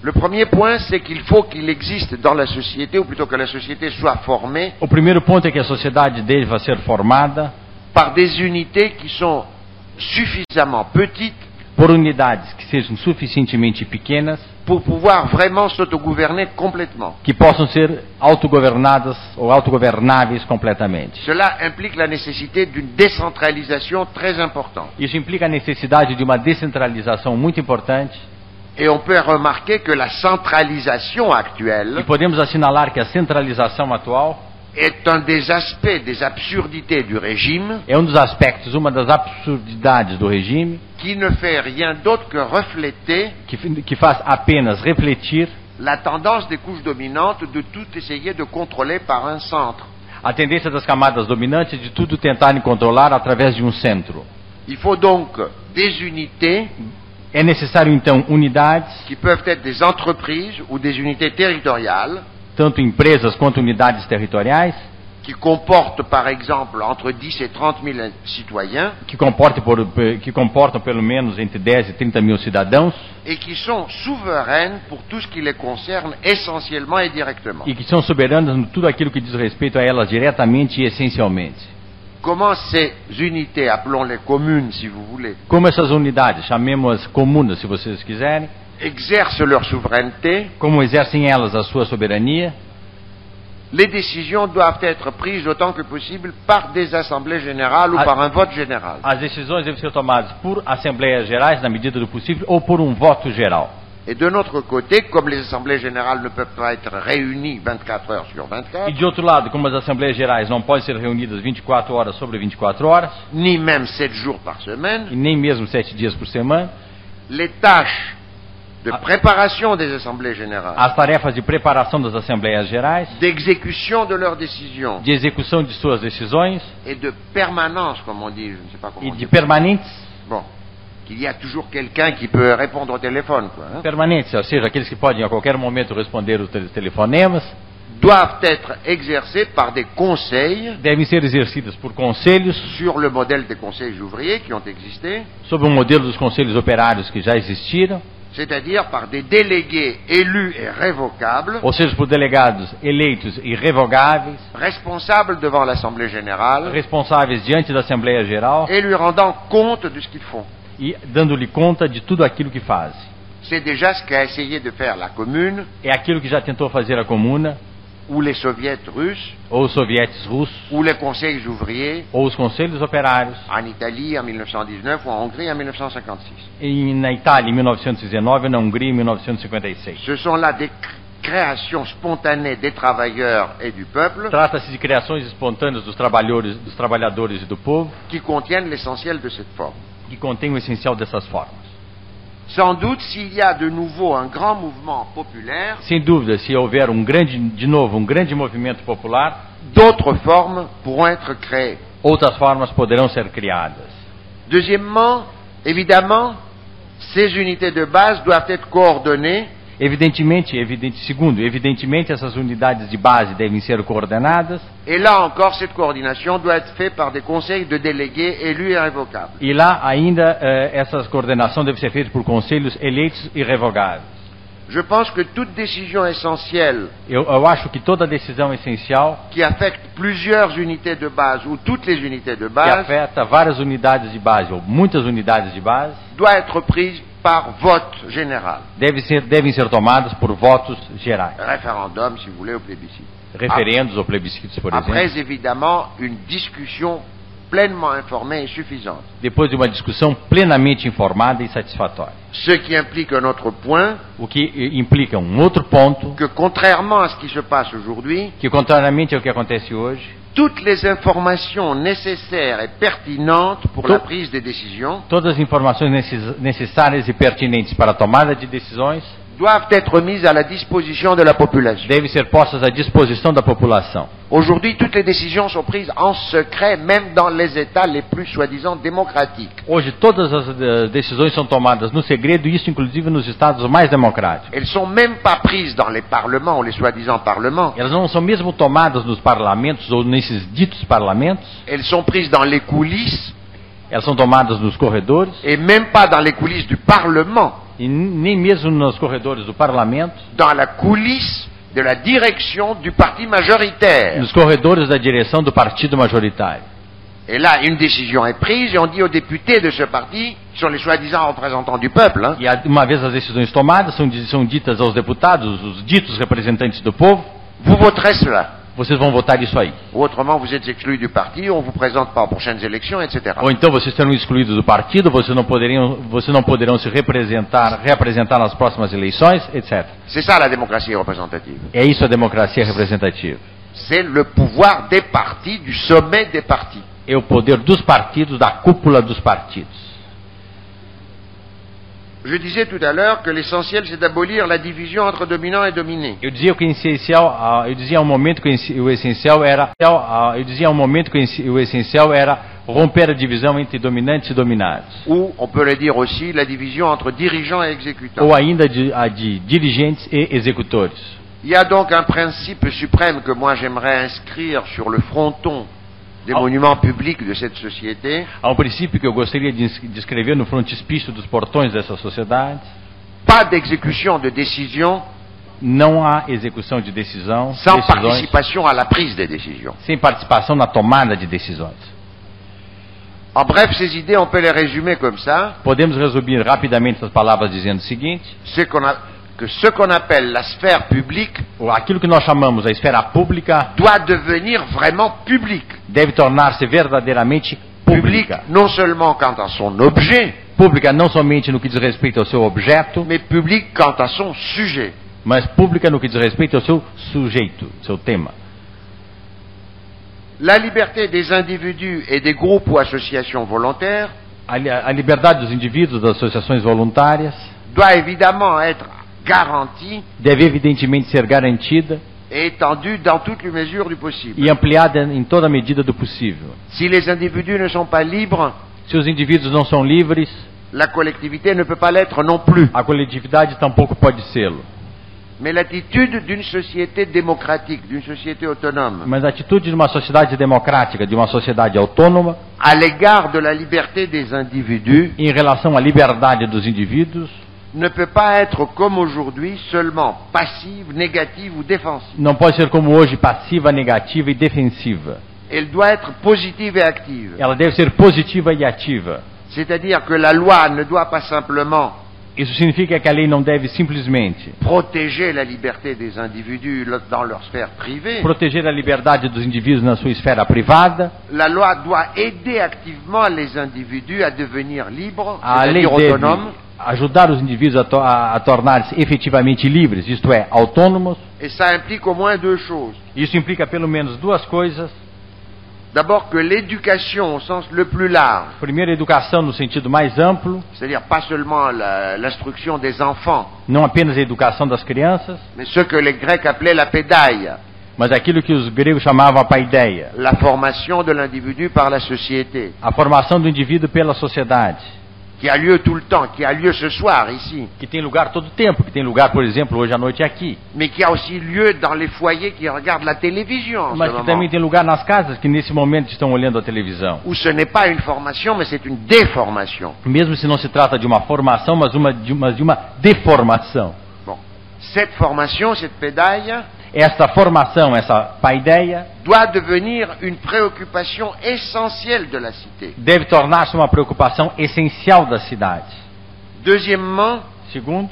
A: Le premier point, c'est qu'il faut qu'il existe dans la société, ou plutôt que la société soit formée,
B: O primeiro ponto é que a sociedade deva ser formada
A: par des unités qui sont suffisamment petites
B: por unidades que sejam suficientemente pequenas
A: pour pouvoir vraiment s'autogouverner complètement.
B: que possam ser autogovernadas ou autogovernáveis completamente.
A: Cela implique la nécessité d'une décentralisation très importante.
B: Isso implica a necessidade de uma descentralização muito importante
A: Et on peut remarquer que la centralisation
B: e
A: actuelle
B: podemos assinalar que a centralização atual
A: est un des aspects des absurdités du régime
B: é um dos aspectos, uma das absurdidades do regime,
A: qui ne fait rien d'autre que refléter
B: que, que faz apenas refletir
A: la tendance des couches dominantes de tout essayer de contrôler par un centre.
B: a tendência das camadas dominantes de tudo tentarem controlar através de um centro.
A: Il faut donc des unités
B: É necessário, então, unidades,
A: qui peuvent être des entreprises ou des unités territoriales
B: tanto empresas quanto unidades territoriais,
A: qui comporte par exemple entre 10 et 30 000 citoyens
B: que, comporte por- pe- que comportam pelo menos entre 10 e 30 mil cidadãos
A: et qui sont souveraines pour tout ce qui les concerne essentiellement et directement.
B: e que são soberanas em tudo aquilo que diz respeito a elas diretamente e essencialmente.
A: Comment ces unités, appelons-les communes si vous voulez,
B: Como essas unidades, chamemos comunas se vocês quiserem,
A: exercent leur souveraineté,
B: como exercem elas a sua soberania,
A: les décisions doivent être prises autant que possible par des assemblées générales ou
B: Ah.
A: par un vote général.
B: as decisões devem ser tomadas por assembleias gerais, na medida do possível, ou por um voto geral.
A: Et de notre côté, comme les assemblées générales ne peuvent pas être réunies 24 heures sur
B: E
A: 24,
B: de outro lado, como as assembleias gerais não podem ser reunidas 24 horas sobre 24 horas,
A: ni même 7 jours par semaine,
B: e nem mesmo sete dias por semana,
A: les tâches de
B: Ah.
A: préparation des assemblées générales,
B: as tarefas de preparação das assembleias gerais,
A: d'exécution de leurs décisions
B: de execução de suas decisões
A: et de permanence, comme on dit, je ne sais pas comment
B: e
A: on
B: de
A: dit.
B: permanentes,
A: Bon, qu'il y a toujours quelqu'un qui peut répondre au téléphone, quoi, hein,
B: permanentes, ou seja, aqueles que podem a qualquer momento responder os tele- telefonemas,
A: doivent être exercées par des conseils
B: devem ser exercidas por conselhos,
A: sur le modèle des conseils ouvriers qui ont existé,
B: sob o modelo dos conselhos operários que já existiram,
A: c'est-à-dire par des délégués élus et révocables
B: ou seja, por delegados eleitos e revogáveis,
A: responsables devant l'Assemblée générale
B: responsáveis diante da Assembleia Geral
A: et lui rendant compte de ce qu'ils font.
B: e dando-lhe conta de tudo aquilo que fazem.
A: C'est déjà ce qu'a essayé de faire la Commune
B: É aquilo que já tentou fazer a Comuna,
A: ou les soviets russes
B: ou os sovietes russos,
A: ou les conseils ouvriers
B: ou os conselhos operários,
A: en Italie en 1919 ou en Hongrie en 1956.
B: e na Itália em 1919 e na Hungria em 1956.
A: Ce sont là des cr- créations spontanées des travailleurs et du peuple
B: Trata-se de criações espontâneas dos trabalhadores, dos trabalhadores e do povo,
A: qui contiennent l'essentiel de cette forme.
B: que contém o essencial dessas formas.
A: Sans doute, s'il y a de nouveau un grand mouvement populaire,
B: Sem dúvida, se houver um grande, de novo, um grande movimento popular,
A: d'autres formes pourront être créées.
B: outras formas poderão ser criadas.
A: Deuxièmement, évidemment, ces unités de base doivent être coordonnées
B: Evidentemente, evidente, segundo, evidentemente essas unidades de base devem ser coordenadas
A: et là encore, cette coordination doit être faite par des conseils de délégués élus et révocables.
B: e lá ainda eh, essa coordenação deve ser feita por conselhos eleitos e revogáveis.
A: Je pense que toute décision essentielle
B: Eu, eu acho que toda decisão essencial
A: qui affecte plusieurs unités de base ou toutes les unités de
B: que
A: base
B: afeta várias unidades de base ou muitas unidades de base
A: doit être prise par vote général,
B: deve ser, devem ser tomadas por votos gerais,
A: référendum si vous voulez, au plébiscite.
B: referendos ou plebiscitos, por exemplo,
A: Après, évidemment, une discussion pleinement informée et suffisante.
B: depois de uma discussão plenamente informada e satisfatória.
A: Ce qui implique un autre point,
B: O que eh, implica um outro ponto
A: que contrairement à ce qui se passe aujourd'hui,
B: que, contrariamente ao que acontece hoje,
A: toutes les informations nécessaires et pertinentes pour
B: Tout-
A: la prise des décisions
B: Todas as informações necess- necessárias e pertinentes para a tomada de decisões
A: doivent être mises à la disposition de la population.
B: devem ser postas à disposição da população.
A: Aujourd'hui, toutes les décisions sont prises en secret, même dans les États les plus soi-disant démocratiques.
B: Hoje, todas as eh, decisões são tomadas no segredo, isso inclusive nos estados mais democráticos.
A: Elles ne sont même pas prises dans les parlements ou les soi-disant parlements.
B: Elas não são mesmo tomadas nos parlamentos ou nesses ditos parlamentos,
A: Elles sont prises dans les coulisses
B: elas são tomadas nos corredores
A: et même pas dans les coulisses du parlement,
B: e n- nem mesmo nos corredores do parlamento,
A: dans la coulisse de la direction du parti majoritaire.
B: nos corredores da direção do partido majoritário.
A: Et là, une décision est prise et on dit aux députés de ce parti, qui sont les soi-disant représentants du peuple, hein,
B: E a- uma vez as decisões tomadas, são, di- são ditas aos deputados, os ditos representantes do povo,
A: vous voterez cela.
B: vocês vão votar isso aí.
A: Ou autrement, vous êtes exclu du parti, on ne vous présente pas aux prochaines élections, etc.
B: Ou então vocês serão excluídos do partido, vocês não poderiam, vocês não poderão se representar, reapresentar nas próximas eleições, etc.
A: C'est ça la démocratie représentative.
B: É isso a democracia representativa.
A: C'est le pouvoir des partis, du sommet des partis.
B: É o poder dos partidos, da cúpula dos partidos.
A: Je disais tout à l'heure que l'essentiel, c'est d'abolir la division entre dominant et dominé.
B: Eu dizia que o essencial, ah, eu dizia um momento que o esse- o essencial era, ah, eu dizia um momento que o esse- o essencial era romper a divisão entre dominantes e dominados,
A: Ou, on peut le dire aussi, la division entre dirigeants et
B: ou
A: exécutants.
B: ainda de, a de dirigentes e executores.
A: Il y a donc un principe suprême que moi j'aimerais inscrire sur le fronton des
B: Ah.
A: monuments publics de cette société.
B: Há um princípio que eu gostaria de ins- de escrever no frontispício dos portões dessa sociedade.
A: Pas d'exécution de décision
B: Não há execução de decisão,
A: sans
B: decisões,
A: participation à la prise des décisions.
B: sem participação na tomada de decisões.
A: En bref, ces idées, on peut les résumer comme ça.
B: Podemos resumir rapidamente essas palavras dizendo o seguinte:
A: C'est qu'on a- que ce qu'on appelle la sphère publique
B: o- aquilo que nós chamamos a esfera pública
A: doit devenir vraiment publique.
B: deve tornar-se verdadeiramente
A: Publique
B: pública.
A: non seulement quant à son objet,
B: Pública não somente no que diz respeito ao seu objeto,
A: mais publique quant à son sujet.
B: mas pública no que diz respeito ao seu sujeito, seu tema.
A: La liberté des individus et des groupes ou associations volontaires
B: A, li- a liberdade dos indivíduos, das associações voluntárias,
A: doit évidemment être garantie
B: deve evidentemente ser garantida
A: et étendue dans toutes les mesures du possible.
B: e ampliada em toda a medida do possível.
A: Si les individus ne sont pas libres,
B: Se os indivíduos não são livres,
A: la collectivité ne peut pas l'être non plus.
B: a coletividade tampouco pode sê-lo.
A: Mais l'attitude d'une société démocratique, d'une société autonome,
B: Mas a atitude de uma sociedade democrática, de uma sociedade autônoma,
A: à l'égard de la liberté des individus,
B: em relação à liberdade dos indivíduos,
A: ne peut pas être comme aujourd'hui seulement passive, négative ou défensive.
B: não pode ser como hoje passiva, negativa e defensiva.
A: Elle doit être positive et active.
B: Ela deve ser positiva e ativa.
A: C'est-à-dire que la loi ne doit pas simplement
B: Isso significa que a lei não deve simplesmente
A: protéger la liberté des individus le- dans leur sphère privée.
B: proteger a liberdade dos indivíduos na sua esfera privada.
A: La loi doit aider activement les individus à devenir libres,
B: A lei
A: c'est-à-dire
B: deve
A: autonomes,
B: ajudar os indivíduos a, to- a- a tornar-se efetivamente livres, isto é, autônomos.
A: et ça implique au moins deux choses.
B: Isso implica pelo menos duas coisas.
A: D'abord que l'éducation au sens le plus large,
B: Primeiro, a educação no sentido mais amplo,
A: c'est-à-dire pas seulement la- l'instruction des enfants,
B: não apenas a educação das crianças,
A: mais ce que les Grecs appelaient la pédaille,
B: mas aquilo que os gregos chamavam a paideia,
A: la formation de l'individu par la société,
B: a formação do indivíduo pela sociedade,
A: qui a lieu tout le temps, qui a lieu ce soir ici,
B: que tem lugar todo o tempo, que tem lugar, por exemplo, hoje à noite é aqui,
A: mais qui a aussi lieu dans les foyers qui regardent la télévision. en ce
B: mas que
A: moment.
B: também tem lugar nas casas que nesse momento estão olhando a televisão.
A: où ce n'est pas une formation, mais c'est une déformation.
B: Mesmo se não se trata de uma formação, mas, uma, de, mas de uma deformação.
A: Bon. Cette formation, cette pédaille,
B: Essa formação, essa paideia,
A: doit devenir une préoccupation essentielle de la cité.
B: deve tornar-se uma preocupação essencial da cidade.
A: Deuxièmement,
B: Segundo,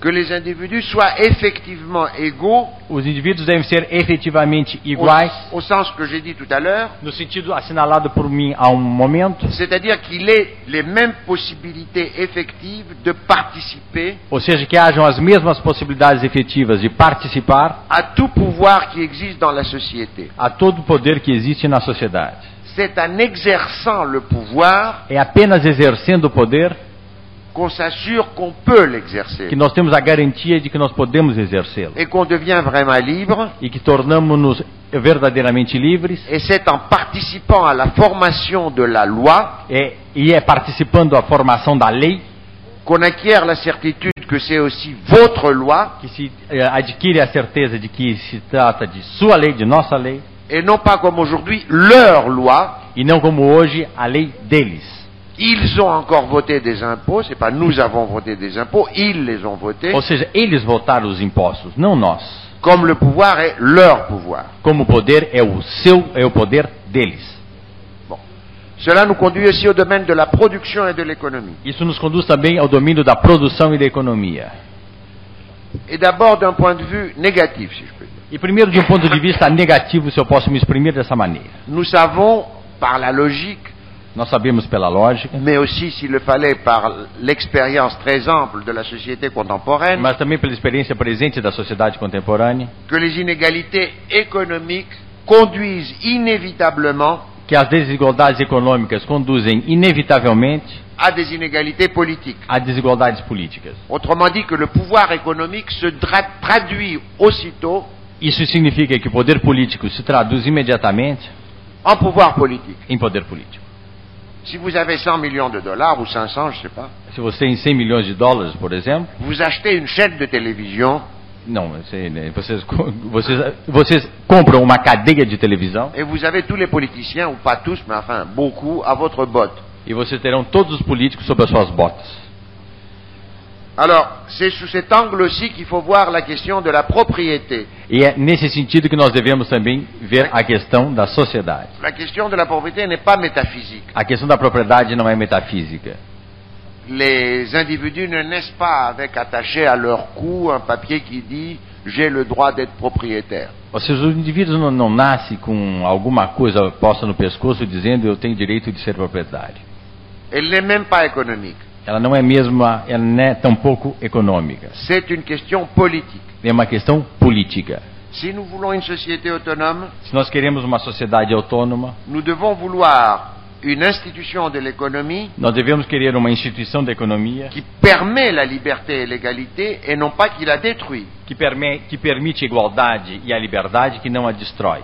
A: que les individus soient effectivement égaux,
B: os indivíduos devem ser efetivamente
A: au,
B: iguais,
A: au sens que j'ai dit tout à l'heure,
B: no sentido assinalado por mim há um momento,
A: c'est-à-dire qu'il ait les mêmes possibilités effectives de participer
B: ou seja, que hajam as mesmas possibilidades efetivas de participar
A: à tout pouvoir qui existe dans la société.
B: a todo o poder que existe na sociedade.
A: C'est en exerçant le pouvoir
B: É apenas exercendo o poder
A: qu'on s'assure qu'on peut l'exercer
B: que nós temos a garantia de que nós podemos exercê-lo
A: et qu'on devient vraiment libre
B: e que tornamos-nos verdadeiramente livres
A: Et c'est en participant à la formation de la loi
B: é, e é participando da formação da lei
A: qu'on acquiert la certitude que c'est aussi votre loi
B: que se eh, adquire a certeza de que se trata de sua lei, de nossa lei,
A: et non pas comme aujourd'hui leur loi.
B: e não como hoje a lei deles.
A: Ils ont encore voté des impôts, c'est pas nous avons voté des impôts, ils les ont votés,
B: Ou seja, eles votaram os impostos, não nós.
A: comme le pouvoir est leur pouvoir.
B: Como o poder é o seu, é o poder deles.
A: Bon. Cela nous conduit aussi au domaine de la production et de l'économie.
B: Isso nos conduz também ao domínio da produção e da economia.
A: Et d'abord d'un point de vue négatif, si je peux dire.
B: E primeiro de um ponto de vista negativo, se eu posso me exprimir dessa maneira.
A: Nous savons, par la logique,
B: Nós sabemos pela lógica,
A: mais aussi, s'il le fallait, par l'expérience très ample de la société contemporaine,
B: mas também pela experiência presente da sociedade contemporânea,
A: que les inégalités économiques conduisent inévitablement
B: que as desigualdades econômicas conduzem inevitavelmente
A: à des inégalités politiques.
B: a desigualdades políticas.
A: Autrement dit, que le pouvoir économique se dra- traduit aussitôt
B: Isso significa que o poder político se traduz imediatamente
A: en pouvoir politique.
B: em poder político.
A: Si vous avez 100 millions de dollars ou 500, je sais pas,
B: Se você tem 100 milhões de dólares, por exemplo,
A: vous achetez une chaîne de télévision
B: Não, eu sei, né? vocês, co- vocês, vocês compram uma cadeia de televisão
A: Et vous avez tous les politiciens, ou pas tous, mais enfin beaucoup, à votre botte.
B: e vocês terão todos os políticos sob as suas botas.
A: Alors, c'est sous cet angle aussi qu'il faut voir la question de la propriété.
B: E é nesse sentido que nós devemos também ver a questão da sociedade.
A: La question de la propriété n'est pas métaphysique.
B: A questão da propriedade não é metafísica.
A: Les individus ne naissent pas avec attaché à leur cou un papier qui dit j'ai le droit d'être propriétaire.
B: Ou seja, os indivíduos não, não nascem com alguma coisa posta no pescoço dizendo eu tenho direito de ser proprietário.
A: Elle n'est même pas économique.
B: Ela não é mesmo, a- ela não é tampouco econômica.
A: C'est une question politique.
B: É uma questão política.
A: Si nous voulons une société autonome,
B: Se nós queremos uma sociedade autônoma,
A: nous devons vouloir une institution de l'économie
B: nós devemos querer uma instituição da economia
A: qui permet la liberté et l'égalité et non pas qui la détruit.
B: que, perme, que permite a igualdade e a liberdade que não a destrói.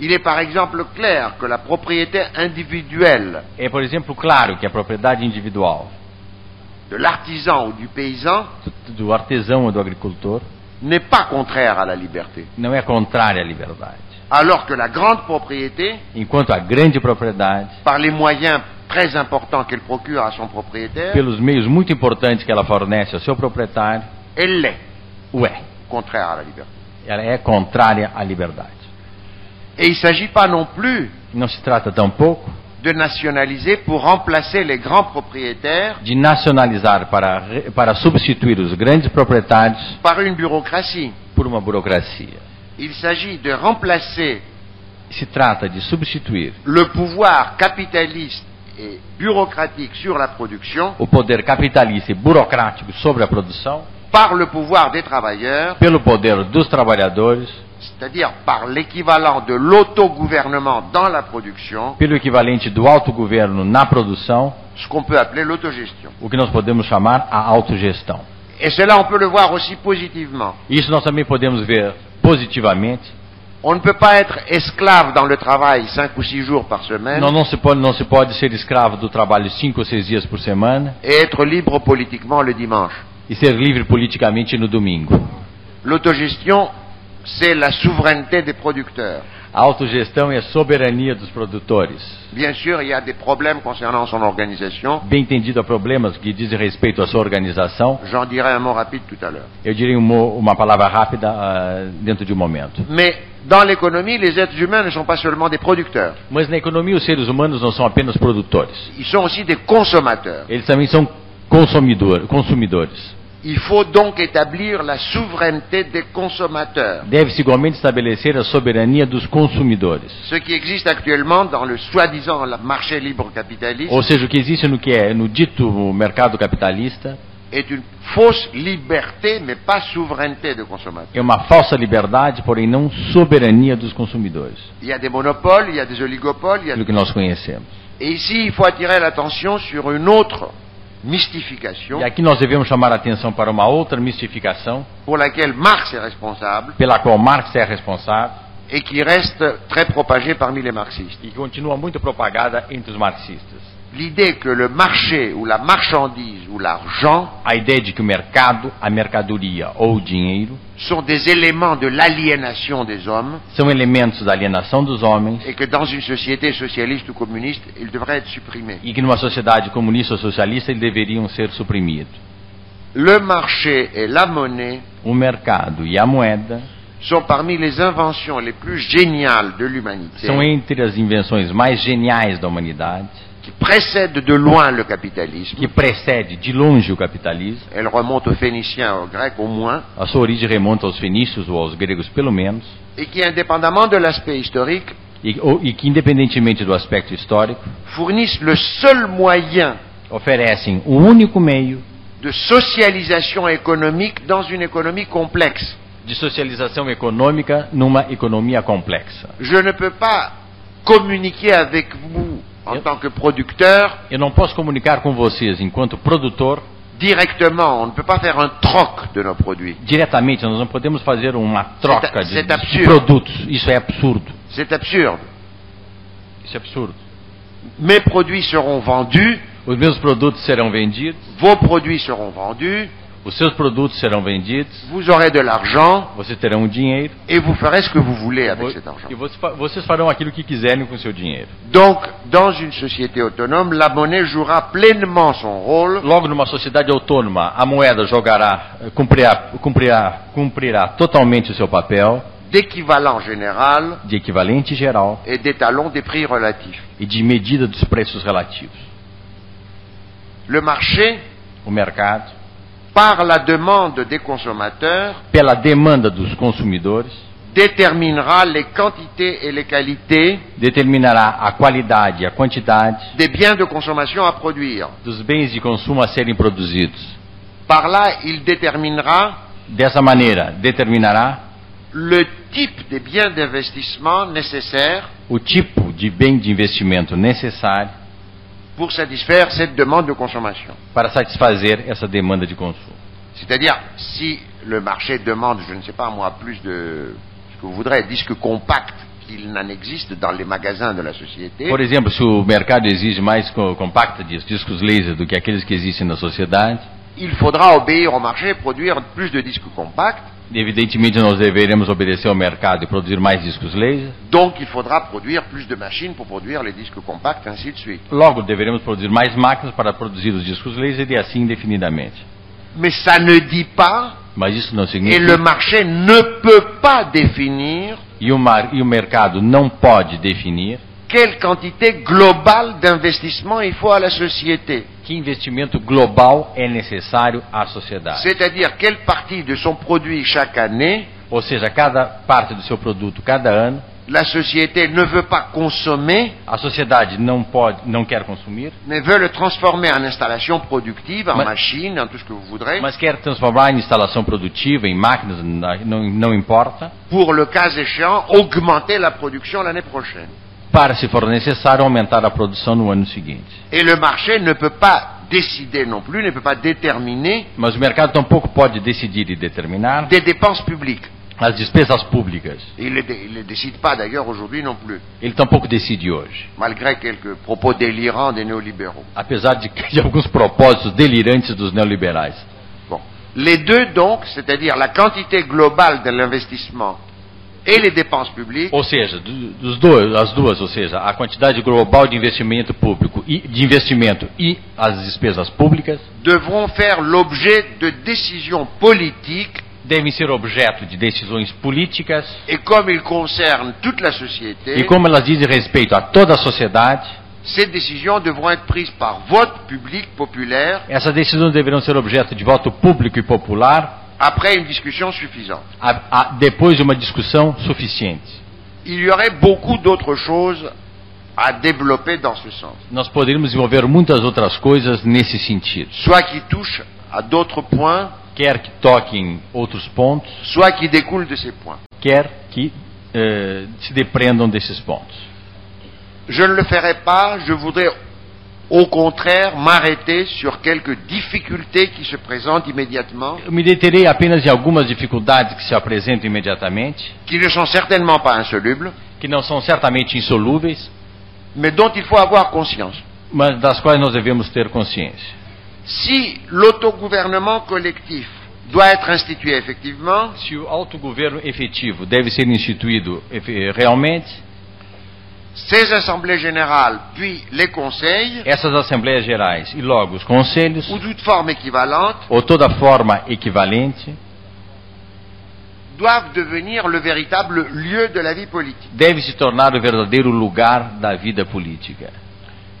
A: Il est par exemple clair que la propriété individuelle
B: É, por exemplo, claro que a propriedade individual
A: de l'artisan ou du paysan
B: do, do artesão ou do agricultor
A: n'est pas contraire à la liberté,
B: não é contrária à liberdade.
A: alors que la grande propriété,
B: Enquanto a grande propriedade,
A: par les moyens très importants qu'elle procure à son propriétaire,
B: pelos meios muito importantes que ela fornece ao seu proprietário,
A: elle l'est
B: o é.
A: contraire à la liberté.
B: Ela é contrária à liberdade.
A: Et il ne s'agit pas non plus
B: Não se trata tampouco
A: de nationaliser pour remplacer les grands propriétaires
B: de nacionalizar para, re- para substituir os grandes proprietários
A: par une bureaucratie.
B: por uma burocracia.
A: Il s'agit de remplacer
B: Se trata de substituir
A: le pouvoir capitaliste et bureaucratique sur la production
B: o poder capitalista e burocrático sobre a produção
A: par le pouvoir des travailleurs,
B: pelo poder dos trabalhadores,
A: c'est-à-dire par l'équivalent de l'autogouvernement dans la production,
B: pelo equivalente do autogoverno na produção,
A: ce qu'on peut appeler l'autogestion.
B: o que nós podemos chamar a autogestão.
A: Et cela, on peut le voir aussi positivement.
B: Isso nós também podemos ver positivamente.
A: On ne peut pas être esclave dans le travail cinq ou six jours par semaine
B: Não, não, se pode, não se pode ser escravo do trabalho cinco ou seis dias por semana
A: et être libre politiquement le dimanche.
B: e ser livre politicamente no domingo.
A: L'autogestion, c'est la souveraineté des producteurs.
B: A autogestão é a soberania dos produtores.
A: Bien sûr, il y a des problèmes concernant son organisation.
B: Bem entendido, há problemas que dizem respeito à sua organização.
A: J'en dirai un mot rapide tout à l'heure.
B: Eu direi uma, uma palavra rápida ah, dentro de um momento.
A: Mais dans l'économie, les êtres humains ne sont pas seulement des producteurs,
B: Mas na economia, os seres humanos não são apenas produtores.
A: ils sont aussi des consommateurs.
B: Eles também são consumidor, consumidores.
A: Il faut donc établir la souveraineté des consommateurs,
B: Deve-se igualmente estabelecer a soberania dos consumidores.
A: ce qui existe actuellement dans le soi-disant marché libre capitaliste
B: Ou seja, o que existe no que é no dito mercado capitalista
A: est une fausse liberté, mais pas souveraineté de consommateurs.
B: é uma falsa liberdade, porém não soberania dos consumidores,
A: Il y a des monopoles, il y a des oligopoles, il y a...
B: aquilo que nós conhecemos.
A: et ici il faut attirer l'attention sur une autre mystification
B: E aqui nós devemos chamar a atenção para uma outra mistificação
A: pour laquelle Marx est responsable
B: pela qual Marx é responsável
A: et qui reste très propagée parmi les marxistes.
B: e que continua muito propagada entre os marxistas.
A: L'idée que le marché ou la marchandise ou l'argent
B: A ideia de que o mercado, a mercadoria ou o dinheiro
A: sont des éléments de l'aliénation des hommes
B: são elementos da alienação dos homens
A: et que dans une société socialiste ou communiste, ils devraient être supprimés.
B: e que numa sociedade comunista ou socialista eles deveriam ser suprimidos.
A: Le marché et la monnaie
B: O mercado e a moeda
A: sont parmi les inventions les plus géniales de l'humanité
B: são entre as invenções mais geniais da humanidade,
A: qui précèdent de loin le capitalisme.
B: que precede de longe o capitalismo.
A: Elle remonte aux Phéniciens, aux Grecs au moins,
B: A sua origem remonta aos fenícios ou aos gregos, pelo menos,
A: et qui, indépendamment de l'aspect historique,
B: e, ou- e que, independentemente do aspecto histórico,
A: fournissent le seul moyen
B: oferecem o único meio
A: de socialisation économique dans une économie complexe.
B: de socialização econômica numa economia complexa.
A: Je ne peux pas communiquer avec vous en tant que producteur
B: Eu não posso comunicar com vocês enquanto produtor
A: directement. On ne peut pas faire un troc de nos produits.
B: diretamente, nós não podemos fazer uma troca de,
A: c'est
B: de
A: absurde.
B: produtos. Isso é absurdo.
A: C'est absurde.
B: Isso é absurdo.
A: Mes produits seront vendus,
B: Os meus produtos serão vendidos,
A: vos produits seront vendus,
B: Os seus produtos serão vendidos,
A: Vous aurez de l'argent
B: vocês terão um dinheiro
A: et vous ferez ce que vous voulez avec
B: vo-
A: cet argent.
B: e vocês fa- vocês farão aquilo que quiserem com o seu dinheiro.
A: Donc, dans une société autonome, la monnaie jouera pleinement son rôle
B: Logo, numa sociedade autônoma, a moeda jogará, eh, cumprirá, cumprirá, cumprirá totalmente o seu papel
A: d'équivalent général
B: de equivalente geral
A: et d'étalon des prix relatifs.
B: e de medida dos preços relativos.
A: Le marché,
B: O mercado,
A: par la demande des consommateurs,
B: pela demanda dos consumidores,
A: déterminera les quantités et les qualités
B: determinará a qualidade e a quantidade
A: des biens de consommation à produire.
B: dos bens de consumo a serem produzidos.
A: Par là, il déterminera
B: Dessa maneira, determinará
A: le type des biens d'investissement nécessaires
B: o tipo de bem de investimento necessário
A: pour satisfaire cette demande de consommation.
B: para satisfazer essa demanda de consumo.
A: C'est-à-dire, si le marché demande, je ne sais pas moi, plus de ce que vous voudrez, disques compacts qu'il n'en existe dans les magasins de la société,
B: Por exemplo, se o mercado exige mais co- compacta de discos laser do que aqueles que existem na sociedade,
A: il faudra obéir au marché, produire plus de disques compacts,
B: evidentemente nós deveremos obedecer ao mercado e produzir mais discos laser,
A: donc il faudra produire plus de machines pour produire les disques compacts, ainsi de suite.
B: logo deveremos produzir mais máquinas para produzir os discos laser e assim indefinidamente.
A: Mais ça ne dit pas,
B: Mas isso não
A: et
B: significa
A: le marché ne peut pas définir
B: e o, mar, e o mercado não pode definir
A: quelle quantité globale d'investissement il faut à la société.
B: que investimento global é necessário à sociedade.
A: C'est-à-dire quelle partie de son produit chaque année
B: Ou seja, cada parte do seu produto, cada ano,
A: la société ne veut pas consommer,
B: a sociedade não pode, não quer consumir,
A: mais veut le transformer en installation productive, en
B: Ma-
A: machine, en tout ce que vous voudrez,
B: mas quer transformar em instalação produtiva, em máquinas, na- não, não importa,
A: pour le cas échéant, augmenter la production l'année prochaine.
B: para, se for necessário, aumentar a produção no ano seguinte.
A: Et le marché ne peut pas décider non plus, ne peut pas déterminer
B: Mas o mercado tampouco pode decidir e determinar
A: des dépenses publiques.
B: as despesas públicas.
A: Il ne le décide pas d'ailleurs aujourd'hui non plus,
B: Ele tampouco decide hoje,
A: malgré quelques propos délirants des néolibéraux.
B: apesar de, que- de alguns propósitos delirantes dos neoliberais.
A: Bon. Les deux donc, c'est-à-dire la quantité globale de l'investissement et les dépenses publiques,
B: Ou seja, do- dos dois, as duas, ou seja, a quantidade global de investimento público e de investimento e as despesas públicas
A: devront faire l'objet de décisions politiques
B: devem ser objeto de decisões políticas
A: et comme ils concernent toute la
B: e
A: société,
B: como elas dizem respeito a toda a sociedade,
A: ces décisions devront être prises par vote public populaire
B: essas decisões deverão ser objeto de voto público e popular
A: après une discussion suffisante.
B: a- a- depois de uma discussão suficiente.
A: Il y aurait beaucoup d'autres choses à développer dans ce sens,
B: Nós poderíamos desenvolver muitas outras coisas nesse sentido,
A: soit qui touchent à d'autres points,
B: quer que toquem outros pontos,
A: soit qui découlent de ces points.
B: quer que eh, se deprendam desses pontos.
A: Je ne le ferai pas, je voudrais au contraire m'arrêter sur quelques difficultés qui se présentent immédiatement,
B: Eu me deterei apenas em algumas dificuldades que se apresentam imediatamente,
A: qui ne sont certainement pas insolubles,
B: que não são certamente insolúveis,
A: mais dont il faut avoir conscience.
B: mas das quais nós devemos ter consciência.
A: Si l'autogouvernement collectif doit être institué effectivement,
B: Se o autogoverno efetivo deve ser instituído efe- realmente,
A: ces assemblées générales, puis les conseils,
B: essas assembleias gerais e logo os conselhos,
A: ou toute forme équivalente,
B: ou toda forma equivalente,
A: doivent devenir le véritable lieu de la vie politique.
B: deve se tornar o verdadeiro lugar da vida política.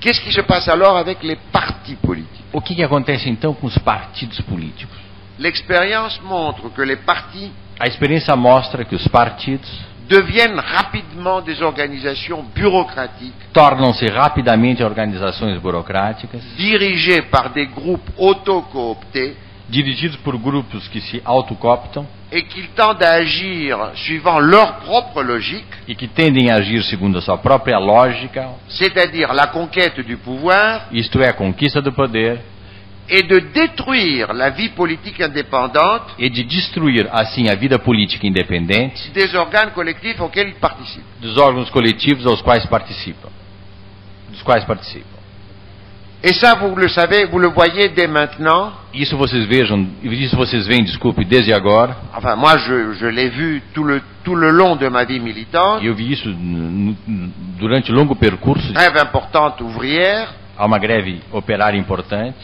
A: Qu'est-ce qui se passe alors avec les partis politiques
B: O que, que acontece então com os partidos políticos?
A: L'expérience montre que les partis
B: A experiência mostra que os partidos
A: deviennent rapidement des organisations bureaucratiques
B: tornam-se rapidamente organizações burocráticas
A: dirigées par des groupes autocooptés
B: dirigidos por grupos que se autocoptam
A: et qu'ils tendent à agir suivant leur propre logique,
B: e que tendem a agir segundo a sua própria lógica,
A: c'est-à-dire la conquête du pouvoir
B: isto é, a conquista do poder,
A: et de détruire la vie politique indépendante
B: e de destruir, assim, a vida política independente
A: des organes collectifs auxquels ils participent.
B: dos órgãos coletivos aos quais participam. Dos quais participam.
A: Et ça, vous le savez, vous le voyez dès maintenant.
B: Isso vocês vejam, isso vocês veem, desculpe, desde agora.
A: Enfin, moi, je, je l'ai vu tout le, tout le long de ma vie militante.
B: E eu vi isso n- n- durante longo percurso.
A: Grève importante ouvrière.
B: Há uma greve operária importante.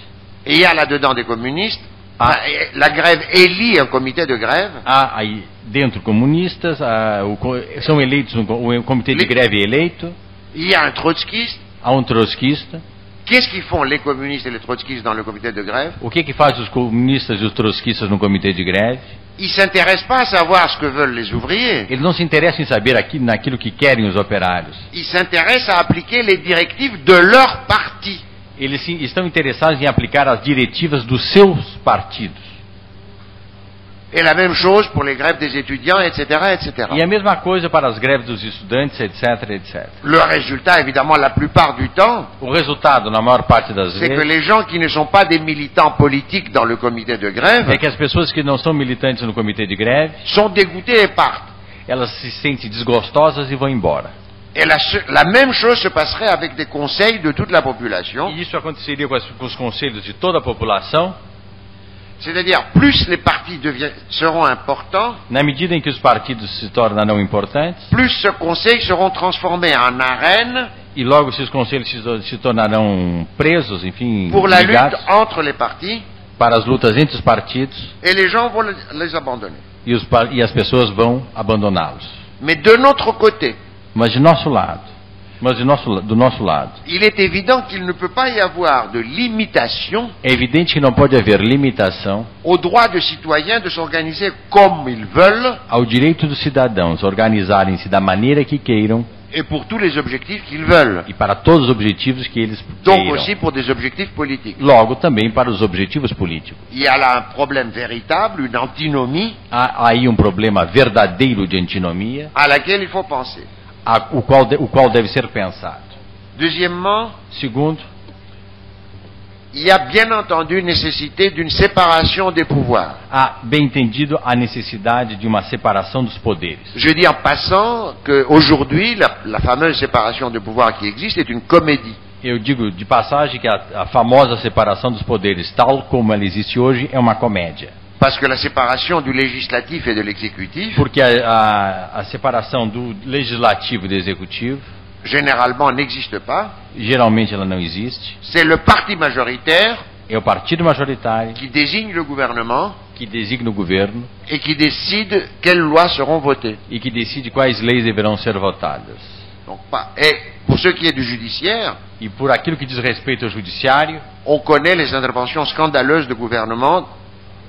A: Et il y a là-dedans des communistes.
B: Ah.
A: Enfin, et La grève élit un comité de grève.
B: Há aí dentro comunistas, há o co- são eleitos, um co- o comitê de
A: Ele-
B: greve é eleito,
A: Il y a un trotskiste.
B: há um trotskista.
A: Qu'est-ce qu'ils font les communistes et les trotskistes dans le comité de grève
B: O que que faz os comunistas e os trotskistas no comitê de greve?
A: Ils ne s'intéressent pas à savoir ce que veulent les ouvriers.
B: Eles não se interessam em saber aqui, naquilo que querem os operários.
A: Ils s'intéressent à appliquer les directives de leur parti.
B: Eles se- estão interessados em aplicar as diretivas dos seus partidos.
A: Et la même chose pour les grèves des étudiants, etc., etc.
B: E a mesma coisa para as greves dos estudantes, etc, etc.
A: Le résultat, évidemment, la plupart du temps,
B: O resultado, na maior parte das
A: c'est que
B: vezes,
A: les gens qui ne sont pas des militants politiques dans le comité de
B: é
A: grève
B: que as pessoas que não são militantes no comitê de greve,
A: sont dégoûtés et partent.
B: elas se sentem desgostosas e vão embora.
A: Et la, se- la même chose se passerait avec des conseils de toute la population.
B: E isso aconteceria com, as- com os conselhos de toda a população,
A: C'est-à-dire, plus les partis devient- seront importants,
B: na medida em que os partidos se tornarão importantes,
A: plus ce conseil seront transformés en arène
B: e logo se os conselhos se, to- se tornarão presos, enfim,
A: pour la lutte
B: ligados
A: entre les partis,
B: para as lutas entre os partidos,
A: et les gens vont le- les abandonner.
B: e, os par- e as pessoas vão abandoná-los.
A: Mais de notre côté,
B: Mas de nosso lado, mas de nosso, la- do nosso lado,
A: il est évident qu'il ne peut pas y avoir de limitation
B: é evidente que não pode haver limitação
A: au droit de citoyens de s'organiser comme ils veulent
B: ao direito dos cidadãos organizarem-se da maneira que queiram
A: et pour tous les objectifs qu'ils veulent.
B: e para todos os objetivos que eles
A: Donc
B: queiram.
A: aussi pour des objectifs politiques.
B: Logo, também para os objetivos políticos.
A: Il y a là un problème véritable, une antinomie
B: Há aí um problema verdadeiro de antinomia,
A: à laquelle il faut penser.
B: a- o, qual de- o qual deve ser pensado.
A: Deuxièmement,
B: Segundo,
A: il y a bien entendu nécessité d'une séparation des pouvoirs.
B: há, bem entendido, a necessidade de uma separação dos poderes.
A: Je dis en passant qu'aujourd'hui, la, la fameuse séparation de pouvoir qui existe est une comédie.
B: Eu digo de passagem que a, a famosa separação dos poderes, tal como ela existe hoje, é uma comédia.
A: Parce que la séparation du législatif et de l'exécutif,
B: Porque a, a- a separação do legislativo e do executivo,
A: généralement, n'existe pas.
B: geralmente ela não existe.
A: C'est le parti majoritaire
B: É o partido majoritário
A: qui désigne le gouvernement
B: que designa o governo
A: et qui décide quelles lois seront votées.
B: e que decide quais leis deverão ser votadas.
A: Donc, pas- et pour ce qui est du judiciaire,
B: E por aquilo que diz respeito ao judiciário,
A: on connaît les interventions scandaleuses de gouvernement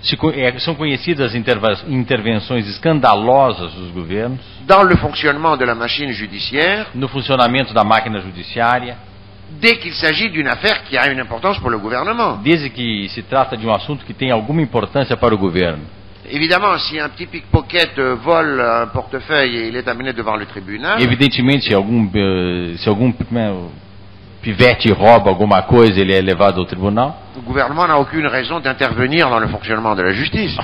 B: se co- é, são conhecidas as interva- intervenções escandalosas dos governos
A: dans le fonctionnement de la machine judiciaire
B: no funcionamento da máquina judiciária,
A: dès qu'il s'agit d'une affaire qui a une importance pour le gouvernement.
B: desde que se trata de um assunto que tem alguma importância para o governo.
A: Évidemment, si un petit pickpocket euh, vole un portefeuille et il est amené devant le tribunal,
B: Evidentemente, se algum, eh, se algum né, pivete rouba alguma coisa, ele é levado ao tribunal.
A: le gouvernement n'a aucune raison d'intervenir dans le fonctionnement de la justice.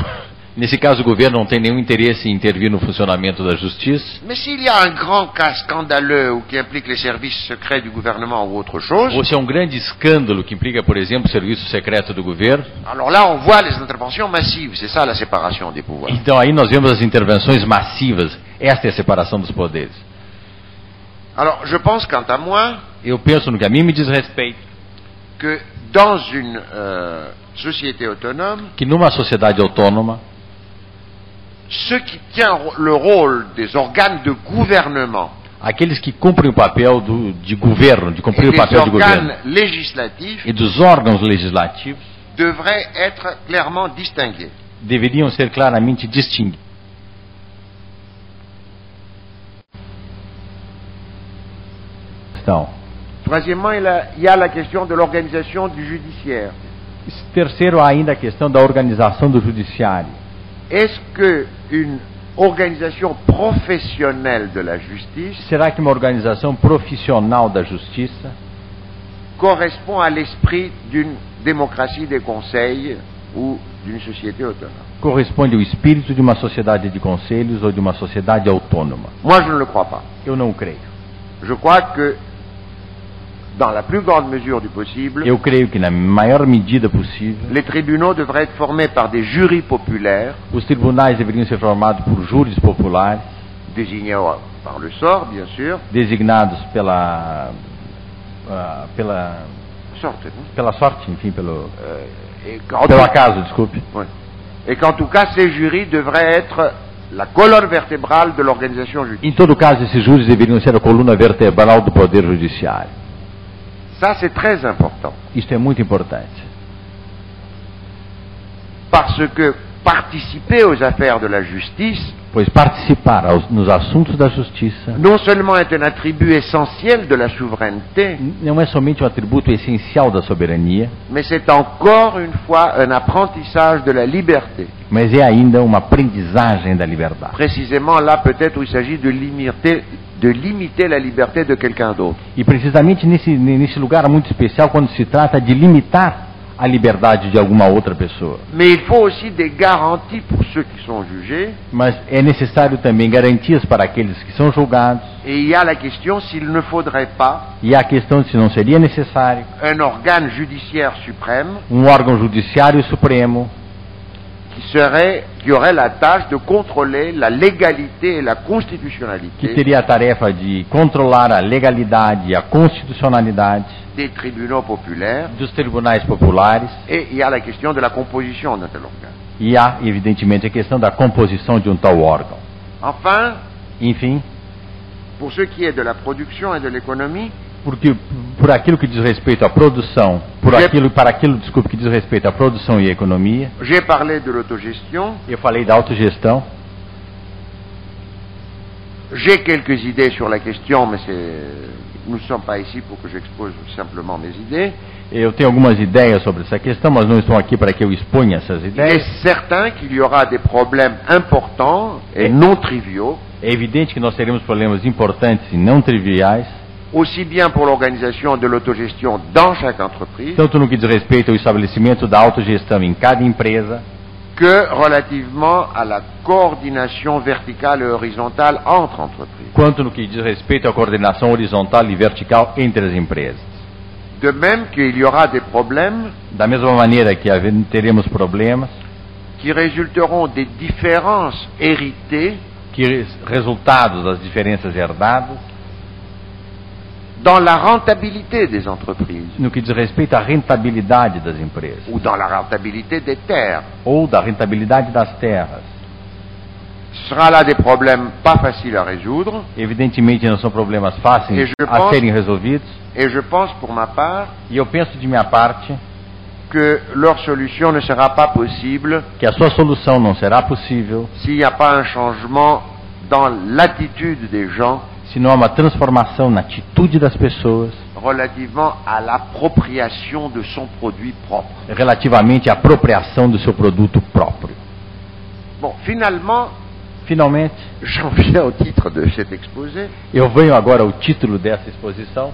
B: Nesse caso, o governo não tem nenhum interesse em intervir no funcionamento da justiça.
A: Mais s'il y a un grand cas scandaleux ou qui implique les services secrets du gouvernement ou autre chose,
B: Ou se é um grande escândalo que implica, por exemplo, o serviço secreto do governo,
A: alors là on voit les interventions massives. C'est ça la séparation des pouvoirs.
B: então aí nós vemos as intervenções massivas. Esta é a separação dos poderes.
A: Alors je pense quant à moi
B: Eu penso no que a mim me diz respeito,
A: que dans une euh, société autonome,
B: que numa sociedade autônoma,
A: ce qui tient ro- le rôle des organes de gouvernement
B: aqueles que cumprem o papel do, de governo, de
A: et
B: cumprir o
A: des
B: papel de governo,
A: organes législatifs
B: e dos órgãos legislativos,
A: devraient être clairement distingués.
B: deveriam ser claramente distinguidos. Então,
A: Troisièmement, il, a- il y a la question de l'organisation du judiciaire.
B: esse terceiro, ainda a questão da organização do judiciário.
A: Est-ce qu'une organisation professionnelle de la justice
B: Será que uma organização profissional da justiça
A: correspond à l'esprit d'une démocratie des conseils ou d'une société autonome
B: corresponde ao espírito de uma sociedade de conselhos ou de uma sociedade autônoma?
A: Moi, je ne le crois pas.
B: Eu não creio.
A: Je crois que dans la plus grande mesure du possible,
B: Eu creio que, na maior medida possível,
A: les tribunaux devraient être formés par des jurys populaires
B: os tribunais deveriam ser formados por júris populares,
A: désignés au- par le sort, bien sûr,
B: designados pela. ah, pela.
A: sorte, hein,
B: pela sorte, enfim, pelo. eh,
A: euh, et qu'en
B: pelo
A: tout-
B: acaso, desculpe.
A: Ouais. Et qu'en tout cas, ces jurys devraient être la colonne vertébrale de l'organisation judiciaire.
B: Em todo caso, esses júris deveriam ser a coluna vertebral do Poder Judiciário.
A: Ça, c'est très important.
B: Isto é muito importante.
A: Parce que participer aux affaires de la justice,
B: Pois participar aos- nos assuntos da justiça
A: non seulement est un attribut essentiel de la souveraineté,
B: não é somente um atributo essencial da soberania,
A: mais c'est encore une fois un apprentissage de la liberté.
B: mas é ainda uma aprendizagem da liberdade.
A: Précisément là, peut-être, où il s'agit de limiter, de limiter la liberté de quelqu'un d'autre.
B: E precisamente nesse, nesse lugar muito especial, quando se trata de limitar a liberdade de alguma outra pessoa.
A: Mais il faut aussi des garanties pour ceux qui sont jugés.
B: Mas é necessário também garantias para aqueles que são julgados,
A: Et il y a la question s'il ne faudrait pas
B: e a questão de se não seria necessário
A: un organe judiciaire suprême
B: um órgão judiciário supremo
A: qui, serait, qui aurait la tâche de contrôler la légalité et la
B: que
A: constitutionnalité
B: teria a tarefa de controlar a legalidade e a constitucionalidade
A: des tribunaux populaires.
B: dos tribunais populares
A: Et il y a la question de la composition d'un tel organe.
B: e há, evidentemente, a questão da composição de um tal órgão.
A: Enfin,
B: Enfim,
A: pour ce qui est de la production et de l'économie,
B: porque por aquilo que diz respeito à produção, por
A: Yep.
B: aquilo para aquilo, desculpe, que diz respeito à produção e à economia,
A: j'ai parlé de l'autogestion,
B: eu falei da autogestão,
A: j'ai quelques idées sur la question, mais c'est... nous ne sommes pas ici pour que j'expose simplement mes idées.
B: eu tenho algumas ideias sobre essa questão, mas não estou aqui para que eu exponha essas
A: Il est
B: ideias.
A: certain qu'il y aura des problèmes importants et non triviaux
B: É evidente que nós teremos problemas importantes e não triviais,
A: aussi bien pour l'organisation de l'autogestion dans chaque entreprise
B: tanto no que diz respeito ao estabelecimento da autogestão em cada empresa,
A: que relativement à la coordination verticale et horizontale entre entreprises.
B: quanto no que diz respeito à coordenação horizontal e vertical entre as empresas.
A: De même qu'il y aura des problèmes
B: Da mesma maneira que haver- teremos problemas
A: qui résulteront des différences héritées
B: que res- resultados das diferenças herdadas
A: dans la rentabilité des entreprises
B: no que diz respeito à rentabilidade das empresas
A: ou dans la rentabilité des terres.
B: ou da rentabilidade das terras.
A: Ce sera là des problèmes pas faciles à résoudre
B: Evidentemente não são problemas fáceis
A: E je
B: a
A: pense-
B: serem resolvidos
A: et je pense pour ma part
B: e eu penso de minha parte
A: que leur solution ne sera pas possible
B: que a sua solução não será possível
A: s'il n'y a pas un changement dans l'attitude des gens
B: se não há uma transformação na atitude das pessoas
A: relativement à l'appropriation de son produit propre.
B: relativamente à apropriação do seu produto próprio.
A: Bon, finalement,
B: Finalmente,
A: j'en viens au titre de cet exposé.
B: eu venho agora ao título dessa exposição.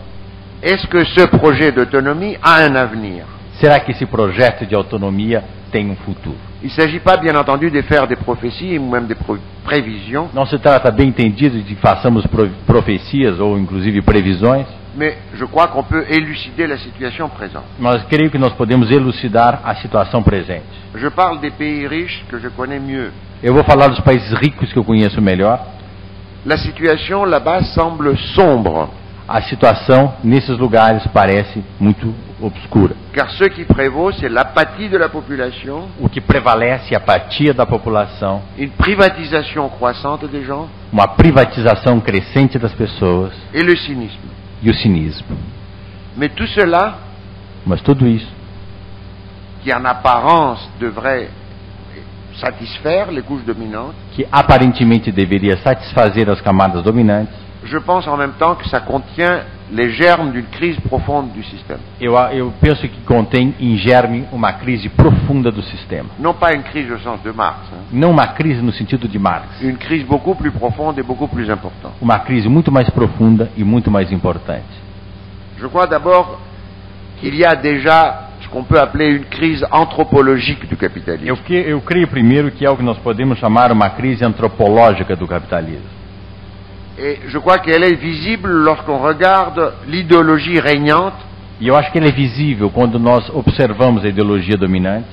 A: Est-ce que ce projet d'autonomie a un avenir
B: Será que esse projeto de autonomia tem um futuro?
A: Il ne s'agit pas, bien entendu, de faire des prophéties ou même des pro- prévisions,
B: Não se trata, bem entendido, de que façamos pro- profecias ou inclusive previsões,
A: mais je crois qu'on peut élucider la situation présente.
B: mas creio que nós podemos elucidar a situação presente.
A: Je parle des pays riches que je connais mieux.
B: Eu vou falar dos países ricos que eu conheço melhor.
A: La situation là-bas semble sombre,
B: A situação nesses lugares parece muito obscura.
A: car ce qui prévaut, c'est l'apathie de la population,
B: O que prevalece é a apatia da população,
A: une privatisation croissante des gens
B: uma privatização crescente das pessoas
A: et le cynisme.
B: e o cinismo.
A: Mais tout cela,
B: Mas tudo isso,
A: qui en apparence devrait satisfaire les couches dominantes,
B: que aparentemente deveria satisfazer as camadas dominantes,
A: je pense en même temps que ça contient les germes d'une crise profonde du système.
B: eu, a- eu penso que contém em germe uma crise profunda do sistema.
A: Non pas une crise au sens de Marx, hein.
B: Não uma crise no sentido de Marx,
A: une crise beaucoup plus profonde et beaucoup plus importante.
B: uma crise muito mais profunda e muito mais importante.
A: Je crois d'abord qu'il y a déjà ce qu'on peut appeler une crise anthropologique du capitalisme.
B: Eu, que, eu creio primeiro que é o que nós podemos chamar uma crise antropológica do capitalismo.
A: Et je crois qu'elle est visible lorsqu'on regarde l'idéologie régnante,
B: E eu acho que ele é visível quando nós observamos a ideologia dominante,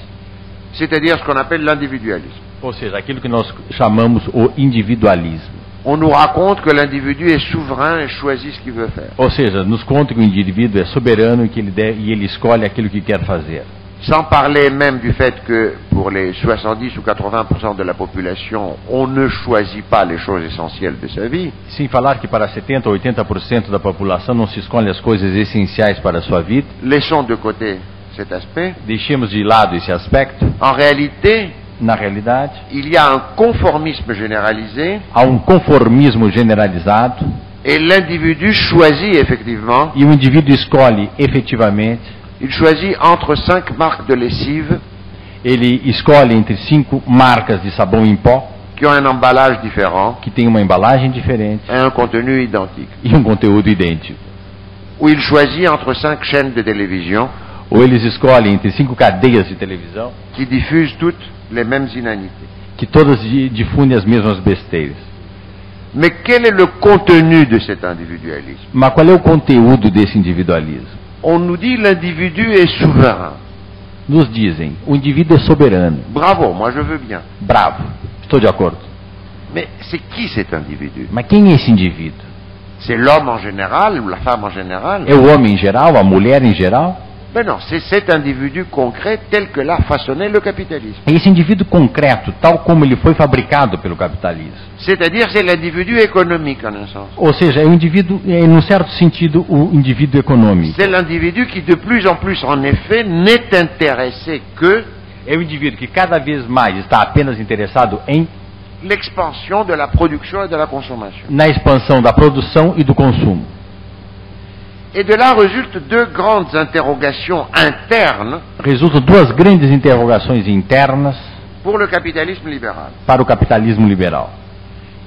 A: c'est-à-dire ce qu'on appelle l'individualisme.
B: ou seja, aquilo que nós chamamos o individualismo.
A: On nous raconte que l'individu est souverain et choisit ce qu'il veut faire,
B: Ou seja, nos conta que o indivíduo é soberano e que ele deve, e ele escolhe aquilo que quer fazer.
A: sans parler même du fait que pour les 70 ou 80% de la population, on ne choisit pas les choses essentielles de sa vie.
B: Sem falar que para 70 ou 80% da população não se escolhe as coisas essenciais para a sua vida,
A: Laissons de côté cet aspect.
B: deixemos de lado esse aspecto.
A: En réalité,
B: Na realidade,
A: il y a un conformisme généralisé
B: há um conformismo generalizado
A: et l'individu choisit effectivement,
B: e o indivíduo escolhe efetivamente,
A: il choisit entre cinq marques de lessive
B: ele escolhe entre cinco marcas de sabão em pó
A: qui ont un emballage différent
B: que tem uma embalagem diferente
A: et un contenu identique.
B: e um conteúdo idêntico.
A: Ou il choisit entre cinq chaînes de télévision
B: Ou eles escolhem entre cinco cadeias de televisão
A: qui diffusent toutes les mêmes inanités.
B: que todas di- difundem as mesmas besteiras.
A: Mais quel est le contenu de cet individualisme
B: Mas qual é o conteúdo desse individualismo?
A: On nous dit l'individu est souverain.
B: Nos dizem, o indivíduo é soberano,
A: Bravo, moi je veux bien.
B: bravo, estou de acordo.
A: Mais c'est qui cet individu
B: Mas quem é esse indivíduo?
A: C'est l'homme en général ou la femme en général
B: É o homem em geral, a mulher em geral?
A: Mais non, c'est cet individu concret tel que l'a façonné le capitalisme.
B: É esse indivíduo concreto, tal como ele foi fabricado pelo capitalismo.
A: C'est-à-dire c'est l'individu économique en un sens.
B: Ou seja, é o indivíduo, é, num certo sentido, o indivíduo econômico.
A: C'est l'individu qui de plus en plus en effet n'est intéressé que
B: É o indivíduo que cada vez mais está apenas interessado em
A: l'expansion de la production et de la consommation.
B: na expansão da produção e do consumo.
A: Et de là résultent deux grandes interrogations internes
B: Resultam duas grandes interrogações internas
A: pour le capitalisme libéral.
B: para o capitalismo liberal.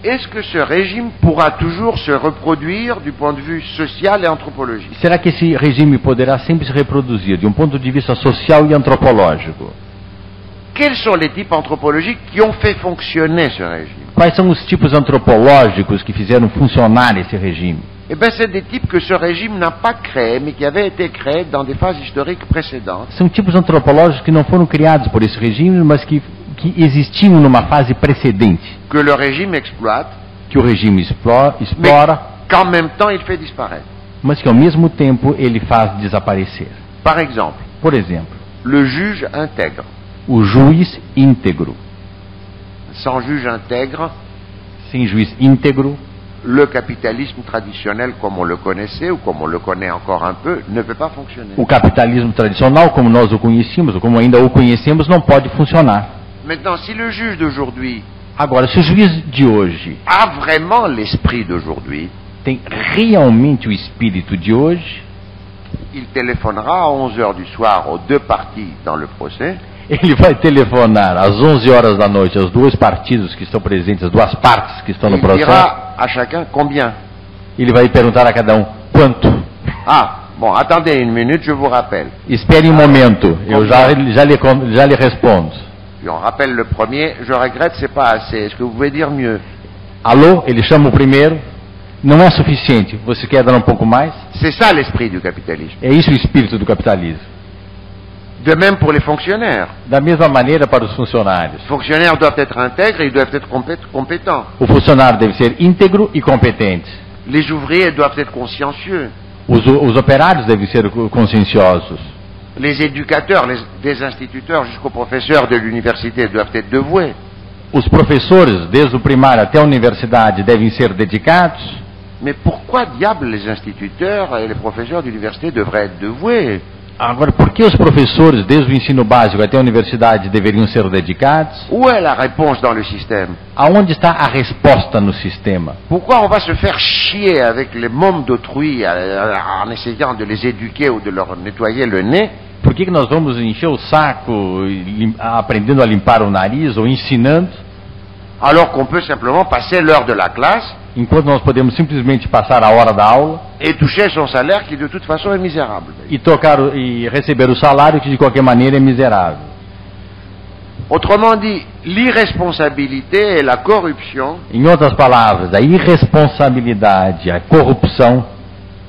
A: Est-ce que ce régime pourra toujours se reproduire du point de vue social et anthropologique
B: Será que esse regime poderá sempre se reproduzir de um ponto de vista social e antropológico?
A: Quels sont les types anthropologiques qui ont fait fonctionner ce régime
B: Quais são os tipos antropológicos que fizeram funcionar esse regime?
A: Eh bien, c'est des types que ce régime n'a pas créés, mais qui avaient été créés dans des phases historiques précédentes.
B: São tipos antropológicos que não foram criados por esse regime, mas que, que existiam numa fase precedente,
A: que le régime exploite,
B: que o regime explora,
A: mais
B: explora
A: qu'en même temps il fait disparaître.
B: mas que ao mesmo tempo ele faz desaparecer.
A: Par exemple,
B: Por exemplo,
A: le juge intègre.
B: o juiz íntegro.
A: Sans juge intègre,
B: Sem juiz íntegro,
A: le capitalisme traditionnel comme on le connaissait ou comme on le connaît encore un peu ne peut pas fonctionner.
B: o capitalismo tradicional, como nós o conhecíamos, ou como ainda o conhecemos, não pode funcionar.
A: Maintenant, si le juge d'aujourd'hui
B: Agora, se o juiz de hoje
A: a vraiment l'esprit d'aujourd'hui,
B: tem realmente o espírito de hoje,
A: il téléphonera à 11 heures du soir aux deux parties dans le procès
B: ele vai telefonar às 11 horas da noite aos dois partidos que estão presentes, as duas partes que
A: et
B: estão no
A: il
B: processo,
A: dira à chacun combien.
B: ele vai perguntar a cada um quanto.
A: Ah, bon, attendez une minute, je vous rappelle.
B: Espere um momento, eu já, já, lhe, con- já lhe respondo.
A: Puis on rappelle le premier, je regrette, c'est pas assez. Est-ce que vous pouvez dire mieux
B: Alô, ele chama o primeiro, não é suficiente, você quer dar um pouco mais?
A: C'est ça l'esprit du capitalisme.
B: É isso o espírito do capitalismo.
A: De même pour les fonctionnaires.
B: Da mesma maneira para os funcionários.
A: Les fonctionnaires doivent être intègres et ils doivent être compé- compétents.
B: O funcionário deve ser íntegro e competente.
A: Les ouvriers doivent être consciencieux.
B: Os, os operários devem ser co- conscienciosos.
A: Les éducateurs, les, des instituteurs jusqu'aux professeurs de l'université doivent être dévoués.
B: Os professores, desde o primário até a universidade, devem ser dedicados.
A: Mais pourquoi diable les instituteurs et les professeurs d'université devraient être dévoués
B: Agora, por que os professores, desde o ensino básico até a universidade, deveriam ser dedicados?
A: Où est la réponse dans le système
B: Aonde está a resposta no sistema?
A: Pourquoi on va se faire chier avec les mômes d'autrui euh, en essayant de les éduquer ou de leur nettoyer le nez
B: Por que, que nós vamos encher o saco e lim- aprendendo a limpar o nariz ou ensinando,
A: alors qu'on peut simplement passer l'heure de la classe
B: enquanto nós podemos simplesmente passar a hora da aula?
A: et toucher son salaire qui de toute façon est misérable.
B: e tocar o- e receber o salário que de qualquer maneira é miserável.
A: Autrement dit, l'irresponsabilité et la corruption
B: Em outras palavras, a irresponsabilidade, a corrupção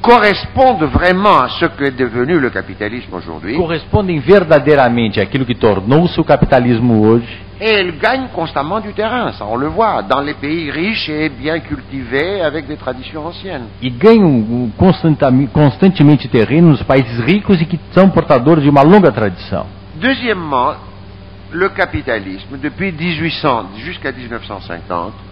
A: correspondent vraiment à ce que est devenu le capitalisme aujourd'hui
B: correspondem verdadeiramente àquilo que tornou-se o capitalismo hoje
A: et elles gagnent constamment du terrain, ça on le voit, dans les pays riches et bien cultivés avec des traditions anciennes.
B: e ganham hum, constantami- constantemente terreno nos países ricos e que são portadores de uma longa tradição.
A: Deuxièmement, le capitalisme, depuis 1800 jusqu'à 1950,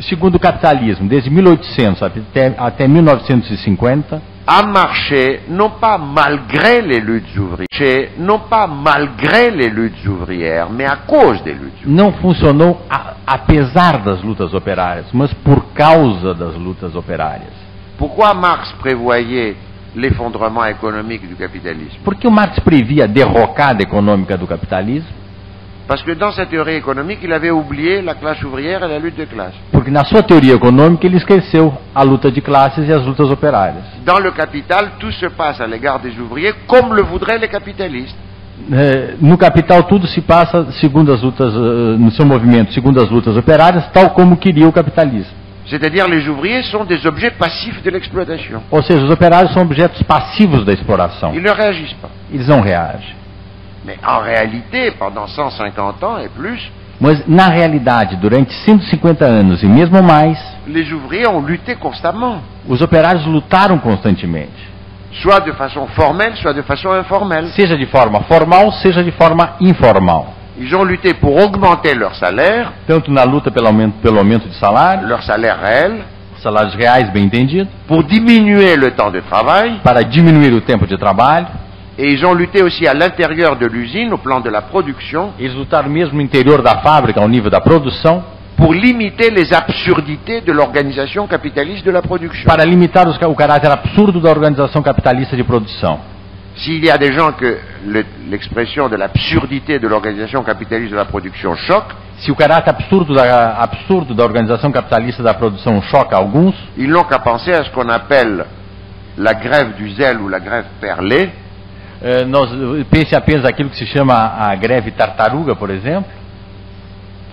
B: Segundo o capitalismo, desde 1800 até, até 1950,
A: a marché non pas malgré les luttes ouvrières, marché non pas malgré les luttes ouvrières, mais à cause des luttes ouvrières.
B: não funcionou a- apesar das lutas operárias, mas por causa das lutas operárias.
A: Pourquoi Marx prévoyait l'effondrement économique du capitalisme
B: Porque o Marx previa a derrocada econômica do capitalismo,
A: Parce que dans sa théorie économique, il avait oublié la classe ouvrière et la lutte de classe.
B: porque na sua teoria econômica ele esqueceu a luta de classes e as lutas operárias.
A: Dans le capital, tout se passe à l'égard des ouvriers comme le voudraient les capitalistes.
B: É, no capital tudo se passa segundo as lutas eh, no seu movimento segundo as lutas operárias tal como queria o capitalismo
A: C'est-à-dire les ouvriers sont des objets passifs de l'exploitation.
B: ou seja os operários são objetos passivos da exploração
A: Ils ne réagissent pas.
B: eles não reagem
A: Mais en réalité, pendant 150 ans et plus,
B: mas na realidade durante 150 anos e mesmo mais
A: les ouvriers ont lutté constamment,
B: os operários lutaram constantemente
A: soit de façon formelle, soit de façon informelle.
B: seja de forma formal seja de forma informal
A: Ils ont lutté pour augmenter leur salaire,
B: tanto na luta pelo aumento, pelo aumento de salário
A: leur salaire réel,
B: salários reais bem entendido
A: pour diminuer le temps de travail,
B: para diminuir o tempo de trabalho
A: et ils ont lutté aussi à l'intérieur de l'usine, au plan de la production,
B: eles lutaram mesmo no interior da fábrica ao nível da produção
A: pour limiter les absurdités de l'organisation capitaliste de la production.
B: para limitar os ca- o caráter absurdo da organização capitalista de produção.
A: S'il y a des gens que le- l'expression de l'absurdité de l'organisation capitaliste de la production choque,
B: Se o caráter absurdo da, absurdo da organização capitalista da produção choca alguns,
A: ils n'ont qu'à penser à ce qu'on appelle la grève du zèle ou la grève perlée,
B: eh, nós, eh, pense apenas aquilo que se chama a greve tartaruga, por exemplo,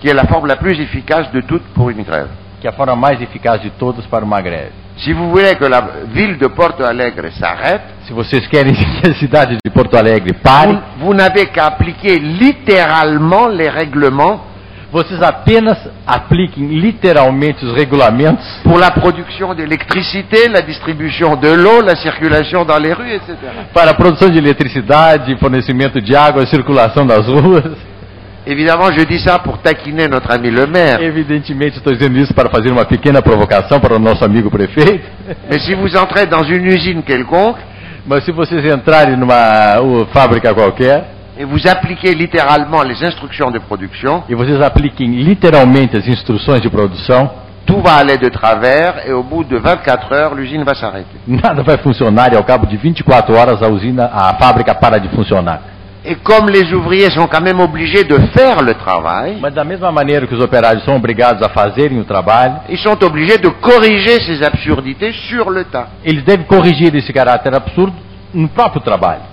A: qui est la forme la plus efficace de toutes pour une grève.
B: que é a forma mais eficaz de todas para uma greve.
A: Si vous voulez que la ville de Porto Alegre s'arrête,
B: Se vocês querem que a cidade de Porto Alegre
A: vous,
B: pare,
A: vous n'avez qu'à appliquer littéralement les règlements
B: vocês apenas apliquem literalmente os regulamentos
A: pour la production d'électricité, la distribution de l'eau, la circulation dans les rues, etc.
B: para a produção de eletricidade, fornecimento de água, circulação das ruas.
A: Évidemment, je dis ça pour taquiner notre ami le maire.
B: Evidentemente, estou dizendo isso para fazer uma pequena provocação para o nosso amigo prefeito.
A: Mais si vous entrez dans une usine quelconque
B: Mas se vocês entrarem numa uh, fábrica qualquer
A: et vous appliquez littéralement les instructions de production,
B: e vocês apliquem literalmente as instruções de produção,
A: tout va aller de travers et au bout de 24 heures, l'usine va s'arrêter.
B: nada vai funcionar e ao cabo de 24 horas a usina, a fábrica para de funcionar.
A: Et comme les ouvriers sont quand même obligés de faire le travail,
B: Mas da mesma maneira que os operários são obrigados a fazerem o trabalho,
A: ils sont obligés de corriger ces absurdités sur le tas.
B: eles devem corrigir esse caráter absurdo no próprio trabalho.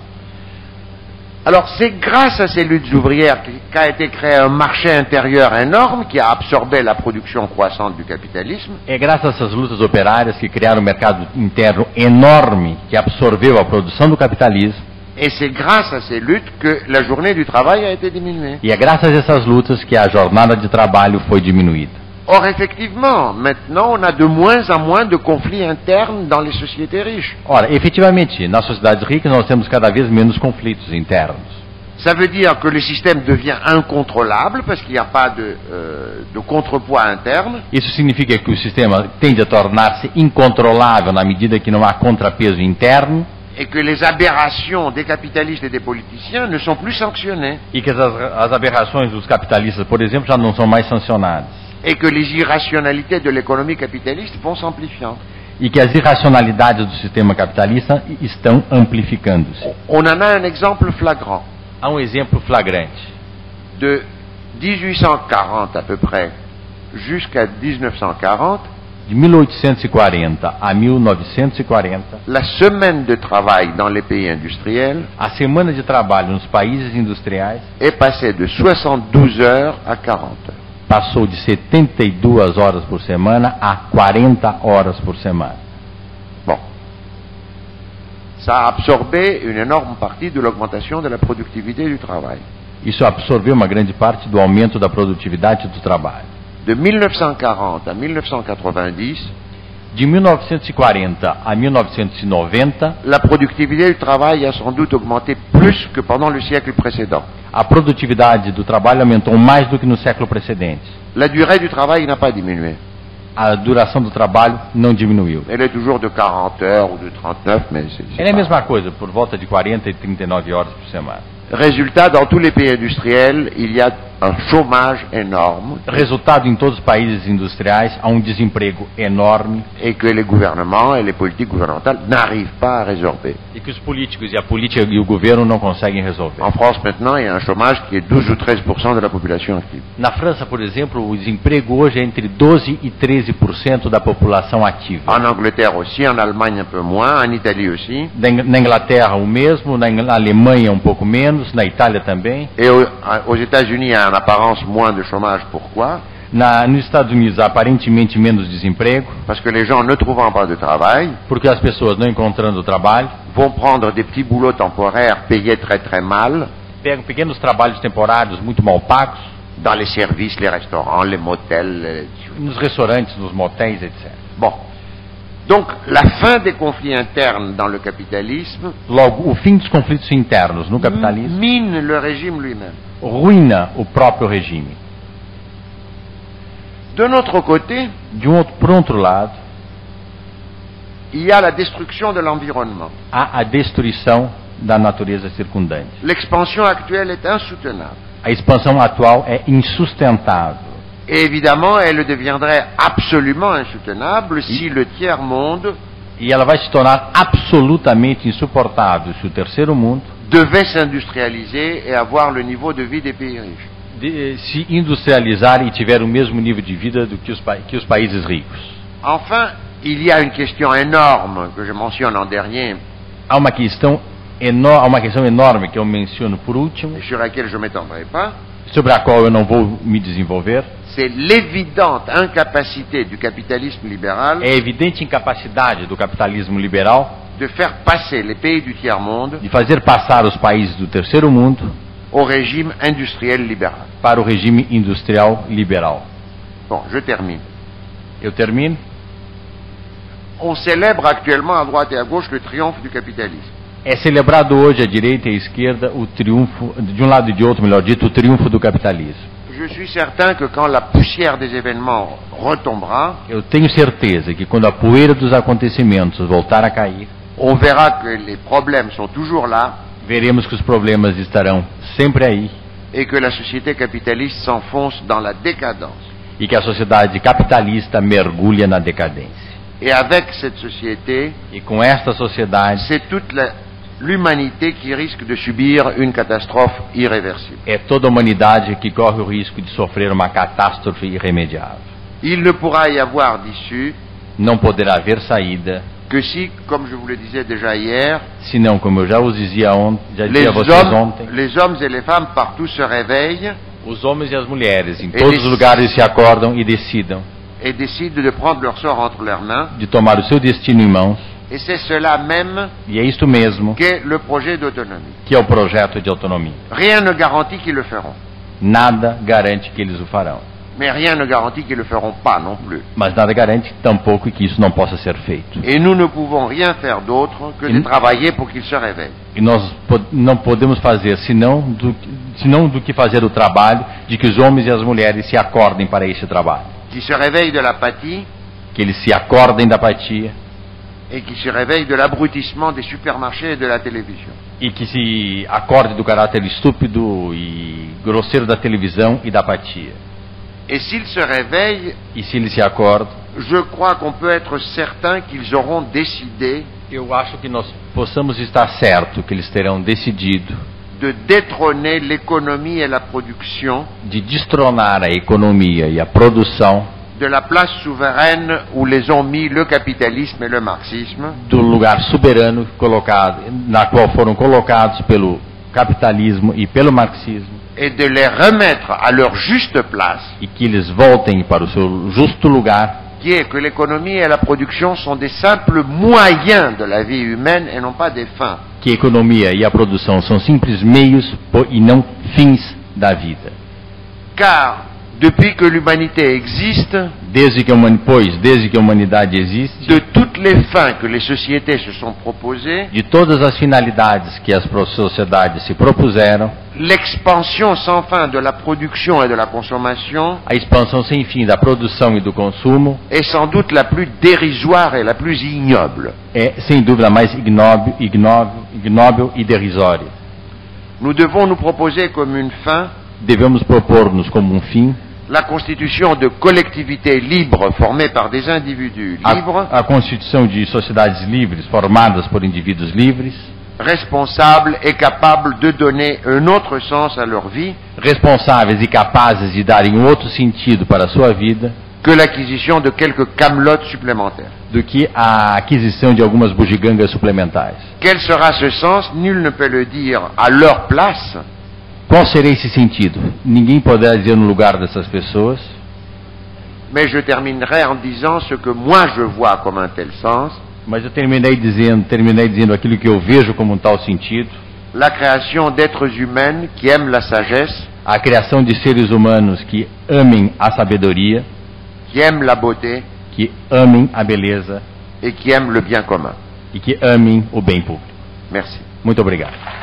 A: Alors c'est grâce à ces luttes ouvrières qui- qu'a été créé un marché intérieur énorme qui a absorbé la production croissante du capitalisme
B: É graças a essas lutas operárias que criaram um mercado interno enorme que absorveu a produção do capitalismo
A: et c'est grâce à ces luttes que la journée du travail a été diminuée.
B: E é graças a essas lutas que a jornada de trabalho foi diminuída.
A: Or, effectivement, maintenant, on a de moins en moins de conflits internes dans les sociétés riches.
B: Ora, efetivamente, nas sociedades ricas nós temos cada vez menos conflitos internos.
A: Ça veut dire que le système devient incontrôlable parce qu'il n'y a pas de, euh, de contrepoids interne.
B: Isso significa que o sistema tende a tornar-se incontrolável na medida que não há contrapeso interno
A: Et que les aberrations des capitalistes et des politiciens ne sont plus sanctionnées.
B: e que as, as aberrações dos capitalistas, por exemplo, já não são mais sancionadas.
A: Et que les irrationalités de l'économie capitaliste vont s'amplifiant.
B: E que as irracionalidades do sistema capitalista estão amplificando-se.
A: On en a un exemple flagrant.
B: Há um exemplo flagrante.
A: De 1840 à peu près jusqu'à 1940,
B: de 1840 a 1940,
A: La semaine de travail dans les pays industriels
B: a semana de trabalho nos países industriais
A: est passée de 72 heures à 40 heures.
B: passou de 72 horas por semana a 40 horas por semana.
A: Bon. Ça a absorbé une énorme partie de l'augmentation de la productivité du travail.
B: Isso absorveu uma grande parte do aumento da produtividade do trabalho.
A: De 1940 à 1990,
B: De 1940 a 1990,
A: la productivité du travail a sans doute augmenté plus que pendant le siècle précédent.
B: a produtividade do trabalho aumentou mais do que no século precedente.
A: La durée du travail n'a pas diminué.
B: A duração do trabalho não diminuiu.
A: Elle est toujours de 40 heures ou de 39, mais c'est... c'est
B: Era a
A: pas-
B: mesma coisa, por volta de 40 e 39 horas por semana.
A: Résultat, dans tous les pays industriels, il y a un chômage énorme
B: Resultado em todos os países industriais há um desemprego enorme
A: et que les gouvernements et les politiques gouvernementales n'arrivent pas à résorber.
B: e que os políticos e a política e o governo não conseguem resolver.
A: En France, maintenant, il y a un chômage qui est 12 ou 13 de la population active.
B: Na França, por exemplo, o desemprego hoje é entre 12 e 13% da população ativa.
A: En Angleterre aussi, en Allemagne un peu moins, en Italie aussi,
B: Da Ing- Na Inglaterra o mesmo, na Ing- na Alemanha um pouco menos, na Itália também.
A: et au- à- aux États-Unis, il y a en apparence moins de chômage. Pourquoi
B: Na, nos Estados Unidos há aparentemente menos desemprego,
A: Parce que les gens, ne trouvant pas de travail,
B: porque as pessoas não encontrando trabalho
A: vont prendre des petits boulots temporaires payés très très mal
B: pegam pequenos trabalhos temporários muito mal pagos
A: dans les services, les restaurants, les motels. les-
B: nos restaurantes, nos motéis, etc.
A: Bon. Donc, la fin des conflits internes dans le capitalisme
B: Logo, o fim dos conflitos internos no capitalismo
A: mine le régime lui-même.
B: ruína o próprio regime.
A: De notre côté,
B: De um outro, por outro lado,
A: il y a la destruction de l'environnement.
B: há a destruição da natureza circundante.
A: L'expansion actuelle est insoutenable.
B: A expansão atual é insustentável.
A: Et évidemment, elle deviendrait absolument insoutenable si le tiers-monde
B: E ela vai se tornar absolutamente insuportável se o terceiro mundo
A: devait s'industrialiser et avoir le niveau de vie des pays riches.
B: de- se industrializar e tiver o mesmo nível de vida do que os, pa- que os países ricos.
A: Enfin, il y a une question énorme que je mentionne en dernier
B: Há uma questão, eno- há uma questão enorme que eu menciono por último,
A: et sur laquelle je ne m'étendrai pas,
B: sobre a qual eu não vou me desenvolver.
A: c'est l'évidente incapacité du capitalisme libéral
B: É a evidente incapacidade do capitalismo liberal
A: de faire passer les pays du tiers-monde
B: de fazer passar os países do terceiro mundo
A: au régime industriel libéral.
B: para o regime industrial liberal.
A: Bon, je termine.
B: Eu termino.
A: On célèbre actuellement à droite et à gauche le triomphe du capitalisme.
B: É celebrado hoje à direita e à esquerda o triunfo, de um lado e de outro, melhor dito, o triunfo do capitalismo.
A: Je suis certain que quand la poussière des événements retombera,
B: Eu tenho certeza que quando a poeira dos acontecimentos voltar a cair,
A: on verra que les problèmes sont toujours là
B: veremos que os problemas estarão sempre aí
A: et que la société capitaliste s'enfonce dans la décadence.
B: e que a sociedade capitalista mergulha na decadência.
A: Et avec cette société,
B: E com esta sociedade
A: c'est toute la- l'humanité qui risque de subir une catastrophe irréversible.
B: é toda a humanidade que corre o risco de sofrer uma catástrofe irremediável.
A: Il ne pourra y avoir d'issue
B: Não poderá haver saída,
A: que si, comme je vous le disais déjà hier,
B: senão, como eu já os dizia ontem, já
A: les
B: dizia a vocês
A: hommes,
B: ontem,
A: les hommes et les femmes partout se réveillent
B: os homens e as mulheres em
A: Eles-
B: todos os lugares se acordam e decidam
A: et décident de prendre leur sort entre leurs mains.
B: de tomar o seu destino em mãos,
A: Et c'est cela même
B: e é isto mesmo
A: qu'est le projet d'autonomie.
B: que é o projeto de autonomia.
A: Rien ne garantit qu'ils le feront.
B: Nada garante que eles o farão,
A: Mais rien ne garantit qu'ils ne le feront pas non plus.
B: mas nada garante tampouco que isso não possa ser feito.
A: Et nous ne pouvons rien faire d'autre que de
B: Une-
A: travailler pour qu'ils se réveillent.
B: E nós po- não podemos fazer senão do, que- senão do que fazer o trabalho de que os homens e as mulheres se acordem para este trabalho.
A: Qu'ils se réveillent de l'apathie
B: Que eles se acordem da apatia
A: et qu'ils se réveillent de l'abrutissement des supermarchés et de la télévision.
B: e que se acordem do caráter estúpido e grosseiro da televisão e da apatia.
A: Et s'ils se réveillent,
B: E se eles se acordam,
A: je crois qu'on peut être certain qu'ils auront décidé
B: eu acho que nós possamos estar certo que eles terão decidido
A: de détrôner l'économie et la production
B: de destronar a economia e a produção
A: de la place souveraine où les ont mis le capitalisme et le marxisme,
B: do lugar soberano colocado, na qual foram colocados pelo capitalismo e pelo marxismo,
A: et de les remettre à leur juste place,
B: e que eles voltem para o seu justo lugar,
A: qui est que l'économie et la production sont des simples moyens de la vie humaine et non pas des fins.
B: que a economia e a produção são simples meios po- e não fins da vida.
A: Car depuis que l'humanité existe,
B: Desde que a humani- pois, desde que a humanidade existe,
A: de toutes les fins que les sociétés se sont proposées,
B: de todas as finalidades que as pro- sociedades se propuseram,
A: l'expansion sans fin de la production et de la consommation
B: a expansão sem fim da produção e do consumo
A: est sans doute la plus dérisoire et la plus ignoble.
B: é, sem dúvida, a mais ignóbil, ignóbil, ignóbil e derrisória.
A: Nous devons nous proposer comme une fin
B: Devemos propor-nos como um fim
A: la constitution de collectivités libres formées par des individus
B: Ah.
A: libres,
B: a, a constituição de sociedades livres, formadas por indivíduos livres,
A: responsables et capables de donner un autre sens à leur vie
B: responsáveis e capazes de darem um outro sentido para a sua vida
A: que l'acquisition de quelques camelotes supplémentaires.
B: do que a aquisição de algumas bugigangas suplementares.
A: Quel sera ce sens Nul ne peut le dire à leur place,
B: Qual seria esse sentido? Ninguém poderá dizer no lugar dessas pessoas,
A: mais je terminerai en disant ce que moi je vois comme un tel sens,
B: mas eu terminei dizendo, terminei dizendo aquilo que eu vejo como um tal sentido,
A: la création d'êtres humains qui aiment la sagesse,
B: a criação de seres humanos que amem a sabedoria,
A: qui aiment la beauté
B: que amem a beleza
A: et qui aiment le bien commun.
B: e que amem o bem público.
A: Merci.
B: Muito obrigado.